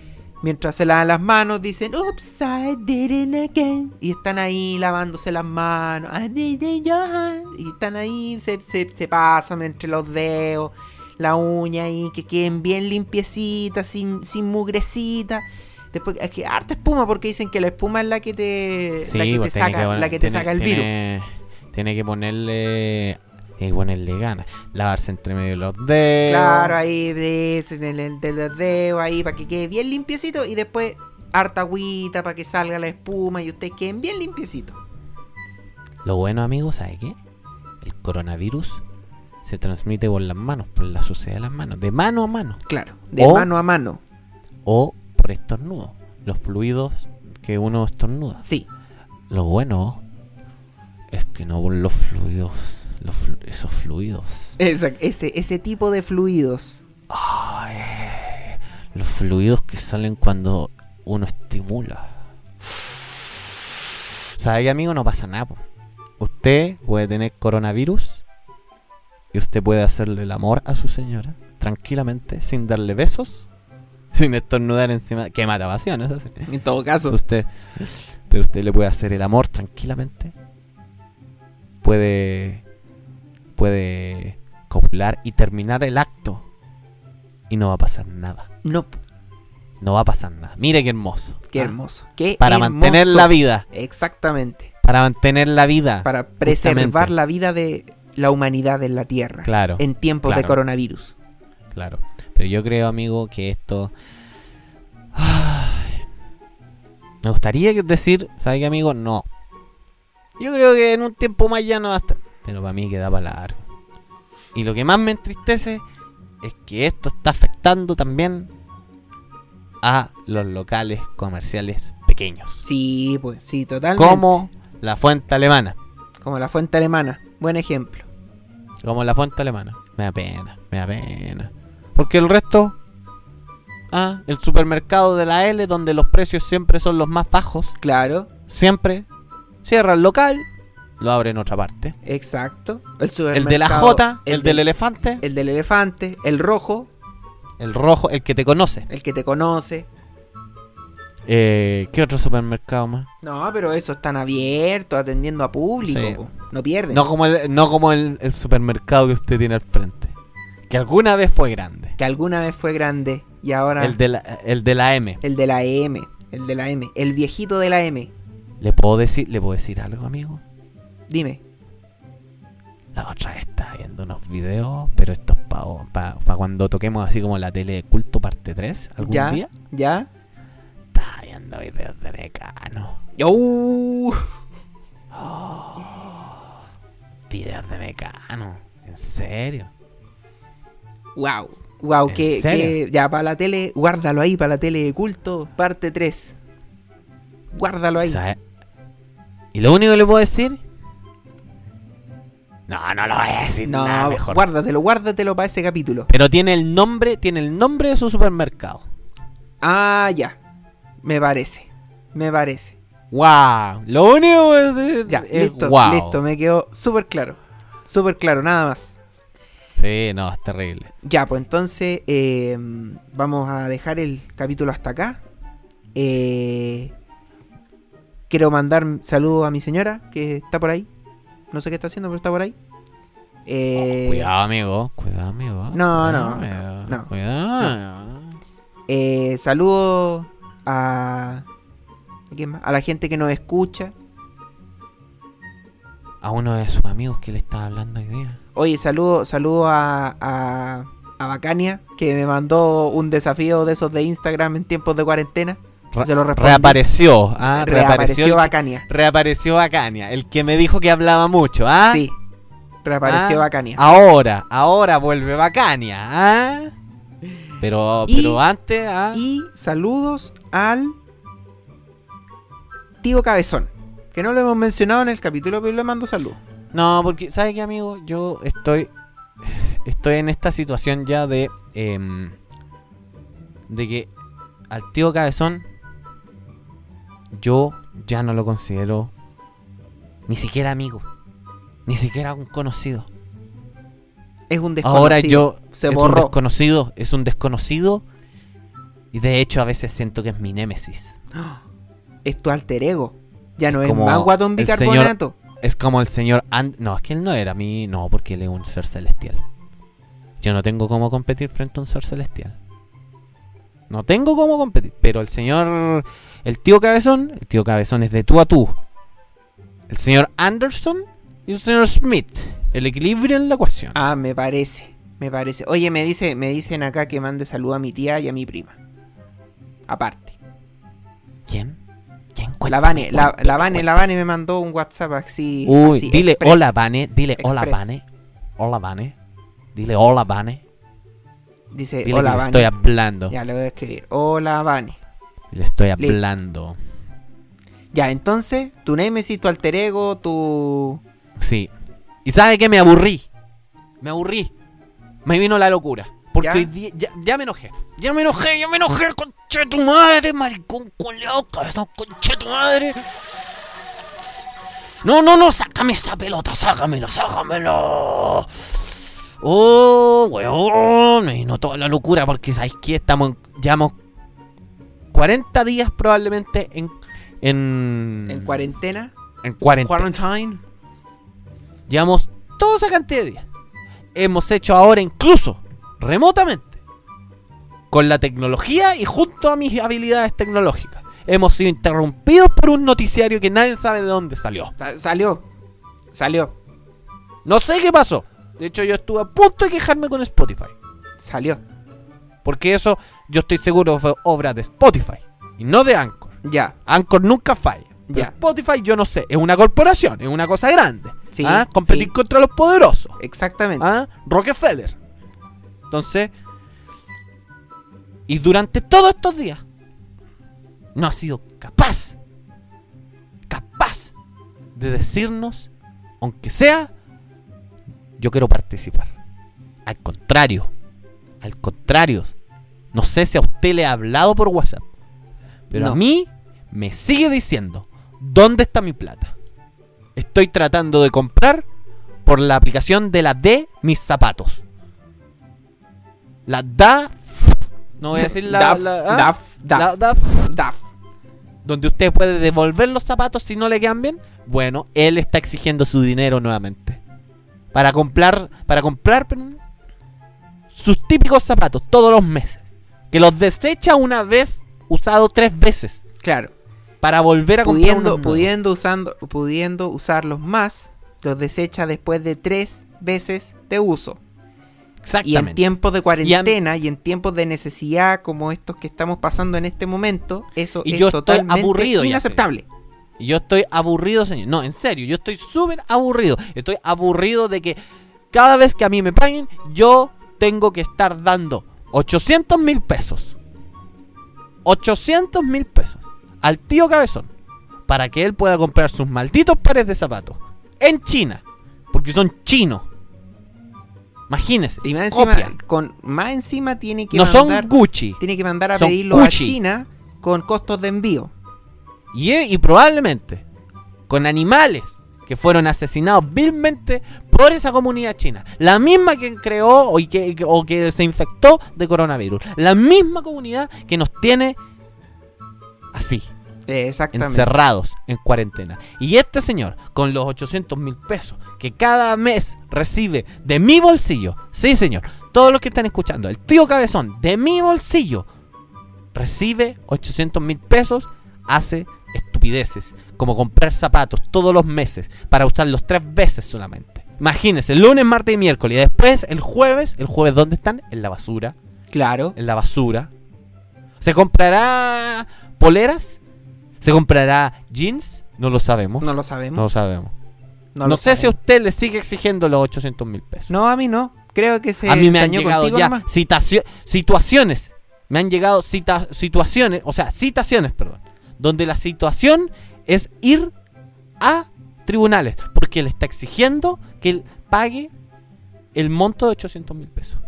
mientras se lavan las manos dicen Upside Down Again y están ahí lavándose las manos I did it, Johan. y están ahí se, se, se pasan entre los dedos la uña ahí que queden bien limpiecitas sin, sin mugrecita después es que harta espuma porque dicen que la espuma es la que te la que te
pues, tiene
saca
poner-
la que te
tiene-
saca el virus
tiene- Tiene que ponerle. eh, Tiene que ponerle ganas. Lavarse entre medio de los dedos.
Claro, ahí de, ese, del- del- del dedo, ahí para que quede bien limpiecito y después harta agüita para que salga la espuma y ustedes queden bien limpiecitos.
Lo bueno, amigos, ¿sabe qué? El coronavirus se transmite por las manos, por la suciedad de las manos, de mano a mano.
Claro, de
O-
mano a mano.
O por estornudos. Los fluidos que uno estornuda.
Sí,
Lo bueno es que no por los fluidos. los flu- esos fluidos.
esa- ese, ese tipo de fluidos.
Ay, los fluidos que salen cuando uno estimula. ¿Sabe, amigo? No pasa nada. po. Usted puede tener coronavirus y usted puede hacerle el amor a su señora tranquilamente, sin darle besos, sin estornudar encima. Que mata pasión, eso sí.
En todo caso.
Usted, pero usted le puede hacer el amor tranquilamente. Puede, puede copular y terminar el acto. Y no va a pasar nada.
No,
No va a pasar nada. Mire qué hermoso.
qué
¿ah?
hermoso. Qué
Para
hermoso.
mantener la vida.
Exactamente.
Para mantener la vida.
Para preservar
Justamente.
la vida de la humanidad en la Tierra.
Claro.
En tiempos de
Claro.
coronavirus.
Claro. Pero yo creo, amigo, que esto. Ay. Me gustaría que- decir, ¿sabe qué, amigo? No. Yo creo que en un tiempo más ya no va a estar. Pero para mí queda para largo. Y lo que más me entristece es que esto está afectando también a los locales comerciales pequeños.
Sí, pues, sí, totalmente.
Como la fuente alemana.
Como la fuente alemana. Buen ejemplo.
Como la fuente alemana. Me da pena, me da pena. Porque el resto. Ah, el supermercado de la L, donde los precios siempre son los más bajos.
Claro,
Siempre. Cierra el local, lo abre en otra parte.
exacto. El,
El de la
supermercado-
J, el, del
del-
elefante,
el del elefante, el rojo,
el rojo, el que te conoce.
el que te conoce.
Eh, ¿Qué otro supermercado más?
No, pero eso están abiertos, atendiendo a público.
Sí.
po. No pierden.
No como, el, no como el, el supermercado que usted tiene al frente. Que alguna vez fue grande.
Que alguna vez fue grande y ahora
El de la, el de la M.
el de la M. El de la M. El viejito de la M.
¿Le puedo decir, ¿Le puedo decir algo, amigo?
Dime.
La otra vez estaba viendo unos videos, pero esto es para cuando toquemos así como la tele de culto parte 3 algún
¿Ya?
día.
¿Ya?
Estaba viendo videos de Mecano.
¡Uh!
Videos de Mecano. En serio.
Wow. Wow,
¿En
que,
serio?
que- ya para la tele, guárdalo ahí para la tele de culto, parte 3. Guárdalo ahí.
¿Sabe? Y lo único que le puedo decir... No, no lo voy a decir.
no,
nada mejor.
guárdatelo, guárdatelo para ese capítulo.
Pero tiene el nombre, tiene el nombre de su supermercado.
Ah, ya. Me parece. Me parece.
¡Wow! Lo único que voy a decir
Ya,
es
listo,
wow.
listo, me quedó súper claro. Súper claro, nada más.
Sí, no, es terrible.
Ya, pues entonces eh, vamos a dejar el capítulo hasta acá. Eh, quiero mandar un saludo a mi señora, que está por ahí. No sé qué está haciendo, pero está por ahí. Eh,
Oh, Cuidado, amigo. Cuidado, amigo.
No, no,
Cuidado,
no, no.
Cuidado.
eh, saludo a... ¿a quién más? A la gente que nos escucha.
A uno de sus amigos que le estaba hablando hoy día.
Oye, saludo, saludo a, a, a Bacania, que me mandó un desafío de esos de Instagram en tiempos de cuarentena.
Re-
Se lo respondí.
reapareció. Ah, reapareció.
reapareció
el que-
Bacania.
Reapareció Bacania, el que me dijo que hablaba mucho, ¿ah?
Sí. Reapareció
Ah.
Bacania.
Ahora, ahora vuelve Bacania, ¿ah? Pero,
Y-
pero antes, ¿ah?
Y saludos al tío Cabezón. Que no lo hemos mencionado en el capítulo, pero le mando saludos.
No, porque, ¿sabe qué, amigo? Yo estoy. Estoy en esta situación ya de. em, de que al tío Cabezón. Yo ya no lo considero. Ni siquiera amigo. Ni siquiera un conocido.
Es un desconocido.
Ahora yo.
Se
es un
borró.
desconocido. Es un desconocido. Y de hecho a veces siento que es mi némesis.
Es tu alter ego. Ya no es
como
más guatón
el señor-
bicarbonato.
Es como el señor And No, es que él no era mi. No, porque él es un ser celestial. Yo no tengo cómo competir frente a un ser celestial. No tengo cómo competir. Pero el señor. El tío Cabezón. El tío Cabezón es de tú a tú. El señor Anderson y el señor Smith. El equilibrio en la ecuación.
Ah, me parece. Me parece. Oye, me dice, me dicen acá que mande saludo a mi tía y a mi prima. Aparte.
¿Quién? ¿Quién
La
Cuéntame,
Vane, la,
cuéntame,
la Vane, la Vane me mandó un WhatsApp así.
Uy,
así,
dile
express.
hola, Vane. Dile hola,
Express.
Vane. Hola, Vane. Dile hola, Vane.
Dice,
Dile
Eh, hola,
que le
Vane.
estoy hablando.
Ya le voy a escribir. Hola, Vane.
Le estoy
Listo.
hablando.
Ya, entonces, tu némesis, tu alter ego, tu.
Sí. ¿Y sabe qué? Me aburrí. Me aburrí. Me vino la locura. Porque
¿Ya?
hoy día- ya, ya me enojé. Ya me enojé, ya me enojé, conche tu madre, maricón culeado, cabezón, conche tu madre. No, no, no, sácame esa pelota, sácamelo, sácamelo. Oh, weón, me vino toda la locura porque, ¿sabes qué? Estamos, en- llevamos 40 días probablemente en. En,
En cuarentena.
en cuarentena.
Quarantine.
Llevamos toda esa cantidad de días. Hemos hecho ahora incluso remotamente. Con la tecnología y junto a mis habilidades tecnológicas. Hemos sido interrumpidos por un noticiario que nadie sabe de dónde salió.
Sa- salió. Salió.
No sé qué pasó. De hecho, yo estuve a punto de quejarme con Spotify.
Salió.
Porque eso, yo estoy seguro, fue obra de Spotify. Y no de Anchor.
Ya.
Anchor nunca falla. Pero
Ya.
Spotify, yo no sé. Es una corporación, es una cosa grande.
Sí,
¿ah? Competir
sí.
contra los poderosos.
Exactamente.
¿Ah? Rockefeller. Entonces, y durante todos estos días, no ha sido capaz, capaz de decirnos, aunque sea, yo quiero participar. Al contrario, al contrario, no sé si a usted le ha hablado por WhatsApp, pero a
No.
mí me sigue diciendo, ¿dónde está mi plata? Estoy tratando de comprar por la aplicación de la D mis zapatos. La DA. No voy a decir la.
Daf,
la- ¿ah?
daf, daf.
La DA,
Daf.
Donde usted puede devolver los zapatos si no le quedan bien. Bueno, él está exigiendo su dinero nuevamente. Para comprar. Para comprar. perdón, Sus típicos zapatos todos los meses. Que los desecha una vez usado tres veces.
Claro.
Para volver a comprar
Pudiendo,
unos nuevos.
pudiendo, usando, pudiendo usarlos más, los desecha después de tres veces de uso. Y en
Exactamente.
tiempos de cuarentena y en tiempos de necesidad como estos que estamos pasando en este momento, eso
Y
es
yo estoy
totalmente
aburrido ya,
inaceptable.
Y Yo estoy aburrido, señor. No, en serio, yo estoy súper aburrido. Estoy aburrido de que cada vez que a mí me paguen, yo tengo que estar dando 800 mil pesos. 800 mil pesos al tío Cabezón para que él pueda comprar sus malditos pares de zapatos en China, porque son chinos. Imagínense,
Y más encima,
copian.
con, más encima tiene que
no
mandar,
son Gucci.
tiene que mandar a
son
pedirlo a
Gucci.
China con costos de envío.
Y, y probablemente con animales que fueron asesinados vilmente por esa comunidad china. La misma que creó o y que, o que se infectó de coronavirus. La misma comunidad que nos tiene así,
Eh, exactamente.
encerrados en cuarentena. Y este señor, con los 800 mil pesos que cada mes recibe de mi bolsillo, sí señor, todos los que están escuchando, el tío Cabezón, de mi bolsillo, recibe 800 mil pesos, hace estupideces, como comprar zapatos todos los meses para usarlos tres veces solamente. Imagínense, el lunes, martes y miércoles, y después el jueves, el jueves ¿dónde están? En la basura
Claro.
en la basura. ¿Se comprará poleras? ¿Se comprará jeans? No lo sabemos. No,
No lo sabemos.
lo sabemos. No,
lo
sé si a
sabemos.
usted le sigue exigiendo los 800 mil pesos.
No, a mí no. Creo que se
a mí me han
ensañó
llegado
contigo
ya
nomás.
citacio- situaciones. Me han llegado cita- situaciones, o sea, citaciones, perdón. Donde la situación es ir a tribunales. Porque le está exigiendo que él pague el monto de 800 mil pesos.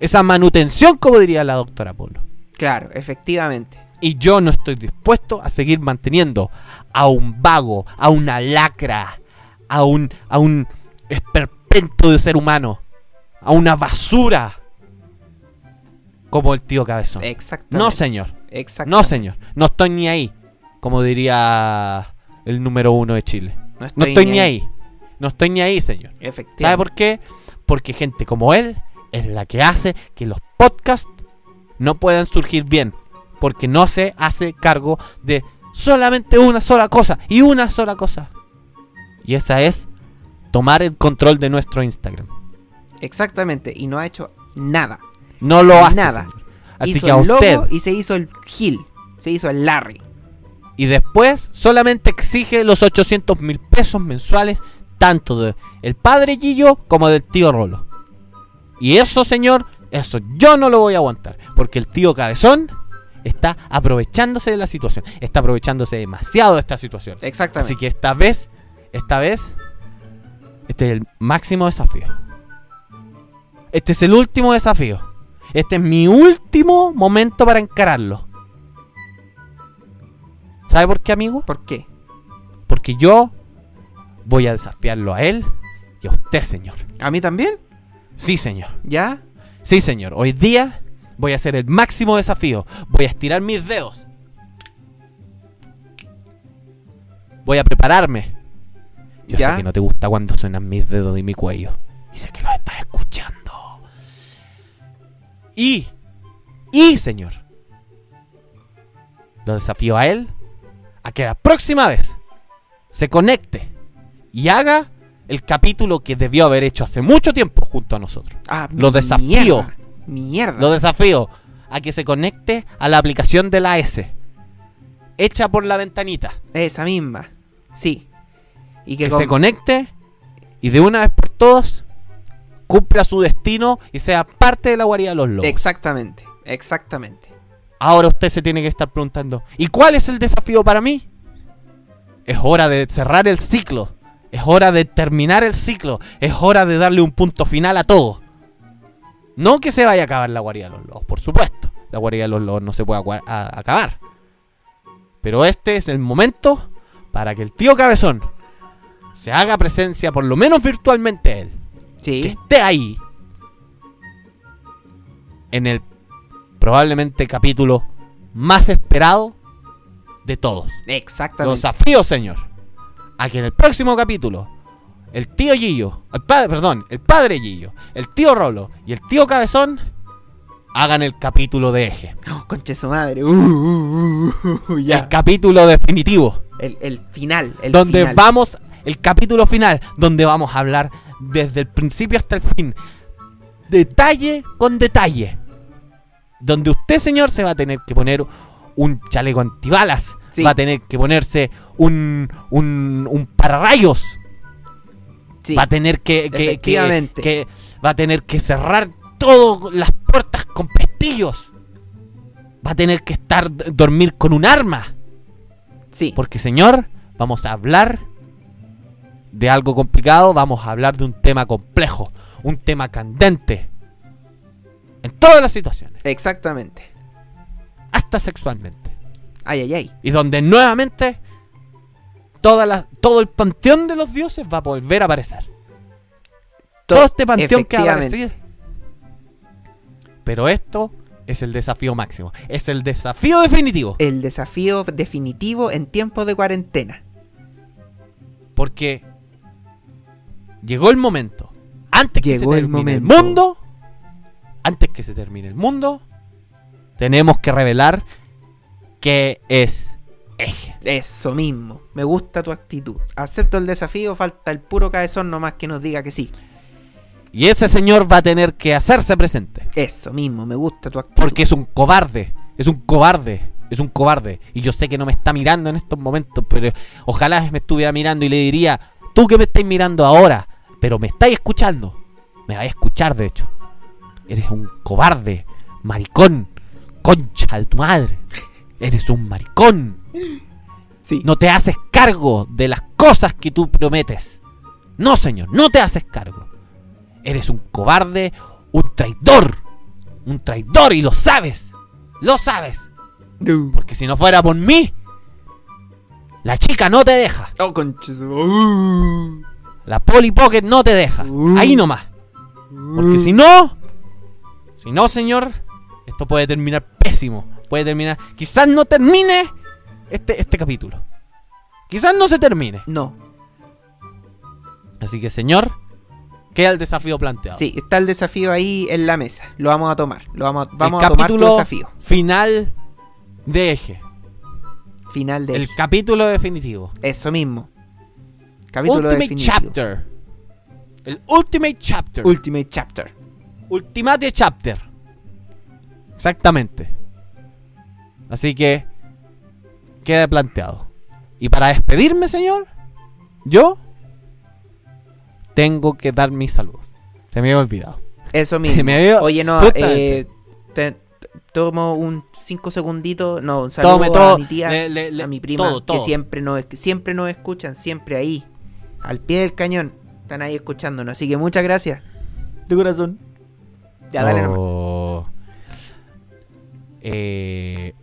Esa manutención, como diría la doctora Polo.
Claro, efectivamente.
Y yo no estoy dispuesto a seguir manteniendo a un vago, a una lacra, a un, a un esperpento de ser humano, a una basura como el tío Cabezón.
Exactamente.
No, señor. No,
Exactamente.
señor. No estoy ni ahí, como diría el número uno de Chile.
No
No estoy ni ahí. No estoy ni ahí, señor.
Efectivamente.
¿Sabe por qué? Porque gente como él es la que hace que los podcasts no puedan surgir bien. Porque no se hace cargo de solamente una sola cosa y una sola cosa. Y esa es tomar el control de nuestro Instagram.
Exactamente. Y no ha hecho nada.
No lo hace.
Nada.
señor. Así
hizo
que a
el
usted.
logo y se hizo el Gil. Se hizo el Larry.
Y después solamente exige los 800 mil pesos mensuales, tanto del el padre Gillo como del tío Rolo. Y eso, señor, eso yo no lo voy a aguantar. Porque el tío Cabezón está aprovechándose de la situación. Está aprovechándose demasiado de esta situación.
Exactamente.
Así que esta vez, esta vez, este es el máximo desafío. Este es el último desafío. Este es mi último momento para encararlo. ¿Sabe por qué, amigo?
¿Por qué?
Porque yo voy a desafiarlo a él y a usted, señor.
¿A mí también?
Sí, señor.
¿Ya?
Sí, señor. Hoy día Voy a hacer el máximo desafío. Voy a estirar mis dedos. Voy a prepararme. Yo
¿Ya?
sé que no te gusta cuando suenan mis dedos y mi cuello. Y sé que los estás escuchando. Y, y señor, lo desafío a él a que la próxima vez se conecte y haga el capítulo que debió haber hecho hace mucho tiempo junto a nosotros.
Ah,
Lo desafío.
Mierda. mierda.
Lo desafío a que se conecte a la aplicación de la S. Hecha por la ventanita.
Esa misma. Sí. Y que,
Que
con-
se conecte y de una vez por todas cumpla su destino y sea parte de la guarida de los lobos.
Exactamente, exactamente.
Ahora usted se tiene que estar preguntando, ¿y cuál es el desafío para mí? Es hora de cerrar el ciclo. Es hora de terminar el ciclo. Es hora de darle un punto final a todo. No que se vaya a acabar la guarida de los lobos, por supuesto. La guarida de los lobos no se puede acua- a- acabar. Pero este es el momento para que el tío Cabezón se haga presencia, por lo menos virtualmente él que
Sí.
esté ahí en el probablemente capítulo más esperado de todos. Lo
Exactamente.
desafío, señor, a que en el próximo capítulo el tío Gillo, el padre, perdón, el padre Gillo, el tío Rolo y el tío Cabezón hagan el capítulo de eje,
Oh, conche su madre. Uh, uh, uh, uh,
el
ya.
capítulo definitivo,
El, el final. El
donde
final.
vamos, el capítulo final, donde vamos a hablar desde el principio hasta el fin, detalle con detalle, donde usted, señor, se va a tener que poner un chaleco antibalas,
Sí.
va a tener que ponerse un, un, un pararrayos,
Sí.
va a tener que, que- que-
Efectivamente.
que- va a tener que cerrar todas las puertas con pestillos. Va a tener que estar dormir con un arma.
Sí.
Porque señor, vamos a hablar de algo complicado, vamos a hablar de un tema complejo, un tema candente. En todas las situaciones,
Exactamente.
hasta sexualmente.
Ay, ay, ay.
Y donde nuevamente toda la- todo el panteón de los dioses va a volver a aparecer. Todo este panteón que ha
Efectivamente.
aparecido. Pero esto es el desafío máximo, es el desafío definitivo.
El desafío definitivo en tiempos de cuarentena.
Porque llegó el momento. Antes
Llegó
que se
el
termine el,
momento.
mundo. Antes que se termine el mundo. Tenemos que revelar qué es Eje.
Eso mismo. Me gusta tu actitud. Acepto el desafío. Falta el puro cabezón nomás que nos diga que sí.
Y ese señor va a tener que hacerse presente.
Eso mismo. Me gusta tu actitud.
Porque es un cobarde. Es un cobarde. Es un cobarde. Y yo sé que no me está mirando en estos momentos. Pero ojalá me estuviera mirando y le diría: Tú que me estás mirando ahora. Pero me estáis escuchando. Me vais a escuchar, de hecho. Eres un cobarde. Maricón. Concha de tu madre. Eres un maricón.
Sí.
No te haces cargo de las cosas que tú prometes. No, señor, no te haces cargo. Eres un cobarde, un traidor. Un traidor y lo sabes. Lo sabes.
Du.
Porque si no fuera por mí, la chica no te deja.
Oh, conche su- Uh.
La Polly Pocket no te deja.
Uh.
Ahí nomás.
Mm.
Porque si no, si no, señor, esto puede terminar pésimo. Puede terminar. Quizás no termine este, este capítulo. Quizás no se termine.
No.
Así que, señor, queda el desafío planteado.
Sí, está el desafío ahí en la mesa. Lo vamos a tomar. Lo vamos a, vamos
el
a tomar tu
capítulo
desafío.
final de eje.
Final de
El capítulo definitivo.
eso mismo. Capítulo
Ultimate
definitivo.
Chapter. El Ultimate Chapter.
Ultimate Chapter.
Ultimate Chapter. Exactamente. Así que queda planteado. Y para despedirme, señor, yo tengo que dar mis saludos. Se me había olvidado.
Eso mismo.
Me veo-
Oye, no,
Justamente.
eh, te- t- tomo un 5 segunditos. No, un saludo
Tome todo.
a mi tía,
le- le- le-
a mi prima,
todo, todo.
que siempre nos, que siempre nos escuchan, siempre ahí, al pie del cañón. Están ahí escuchándonos. Así que muchas gracias. De corazón. Ya, dale nomás.
Oh. Eh,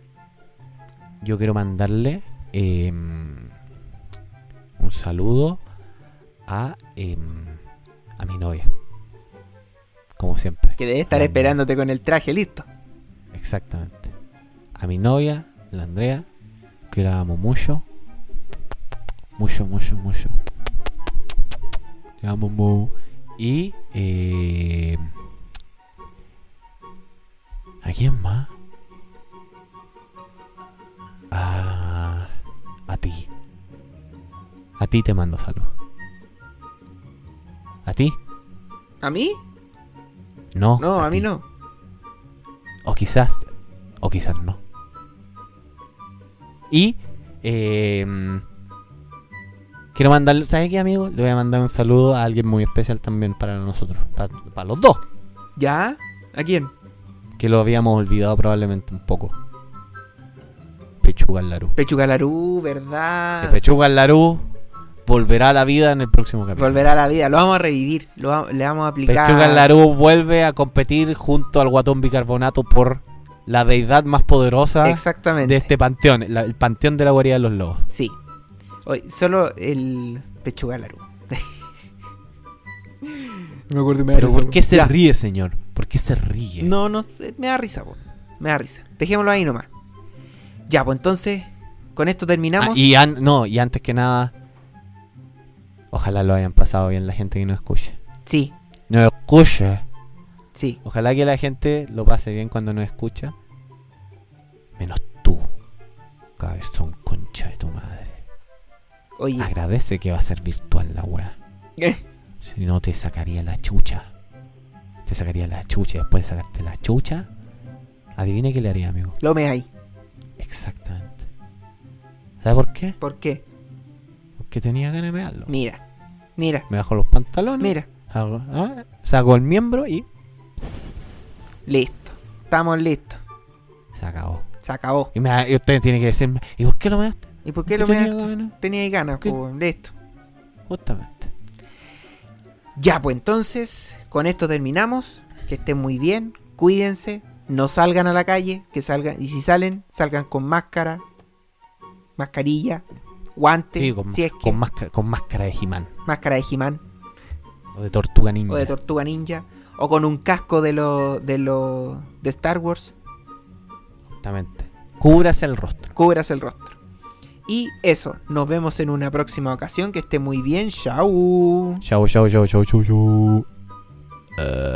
yo quiero mandarle em, un saludo a, em, a mi novia. Como siempre.
Que debe estar
Manda.
esperándote con el traje listo.
Exactamente. A mi novia, la Andrea, que la amo mucho. Mucho, mucho, mucho. La amo mu. Y. eh, ¿A quién más? A, a ti. A ti te mando salud. ¿A ti?
¿A mí?
No.
No, a mí
ti.
no.
O quizás. O quizás no. Y. eh, quiero mandar. ¿Sabes qué, amigo? Le voy a mandar un saludo a alguien muy especial también para nosotros. pa- Para, los dos.
¿Ya? ¿A quién?
Que lo habíamos olvidado probablemente un poco. Pechuga Larú.
Pechuga Larú, ¿verdad?
Pechuga Larú volverá a la vida en el próximo capítulo.
Volverá a la vida, lo vamos a revivir, lo va- le vamos a aplicar.
Pechuga Larú vuelve a competir junto al Guatón Bicarbonato por la deidad más poderosa
Exactamente.
de este panteón. la- el panteón de la guarida de los lobos.
Sí. Oye, solo el Pechuga Larú. me acuerdo me
Pero ¿por qué se ríe, señor? ¿Por qué se ríe?
No, no, eh, me da risa, po. Me da risa. Dejémoslo ahí nomás. Ya, pues entonces, con esto terminamos.
Ah, y an- no, y antes que nada, ojalá lo hayan pasado bien la gente que no escuche.
Sí,
No escuche.
sí.
Ojalá que la gente lo pase bien cuando no escucha. Menos tú, cabezón concha de tu madre.
Oye,
Agradece que va a ser virtual la weá. Ah.
¿Qué?
Si no, te sacaría la chucha. Te sacaría la chucha. y Después de sacarte la chucha, adivine qué le haría, amigo.
lo me ahí.
Exactamente. ¿Sabes por qué?
¿Por qué?
Porque tenía ganas de mearlo.
Mira, mira,
Me bajo los pantalones.
mira.
hago- ah, saco el miembro y
Listo. Estamos listos.
se acabó.
Se acabó.
Y, me- y ustedes tienen que decirme, ¿y por qué lo measte?
¿Y por qué lo
Tenía
me da-
ganas,
Tenía ahí ganas,
¿Qué?
po, weón. listo.
Justamente.
Ya, pues entonces, con esto terminamos. Que estén muy bien, cuídense, no salgan a la calle, que salgan, y si salen, salgan con máscara, mascarilla, guante,
Sí, con,
si es que
con máscara, con máscara de Jimán.
máscara de Jimán
O de tortuga ninja.
o de tortuga ninja, o con un casco de los de los de Star Wars,
Justamente. Cúbrase el rostro.
cubras el rostro. Y eso, nos vemos en una próxima ocasión, que esté muy bien, chau.
Chau, chau, chau, chau, chau, chau.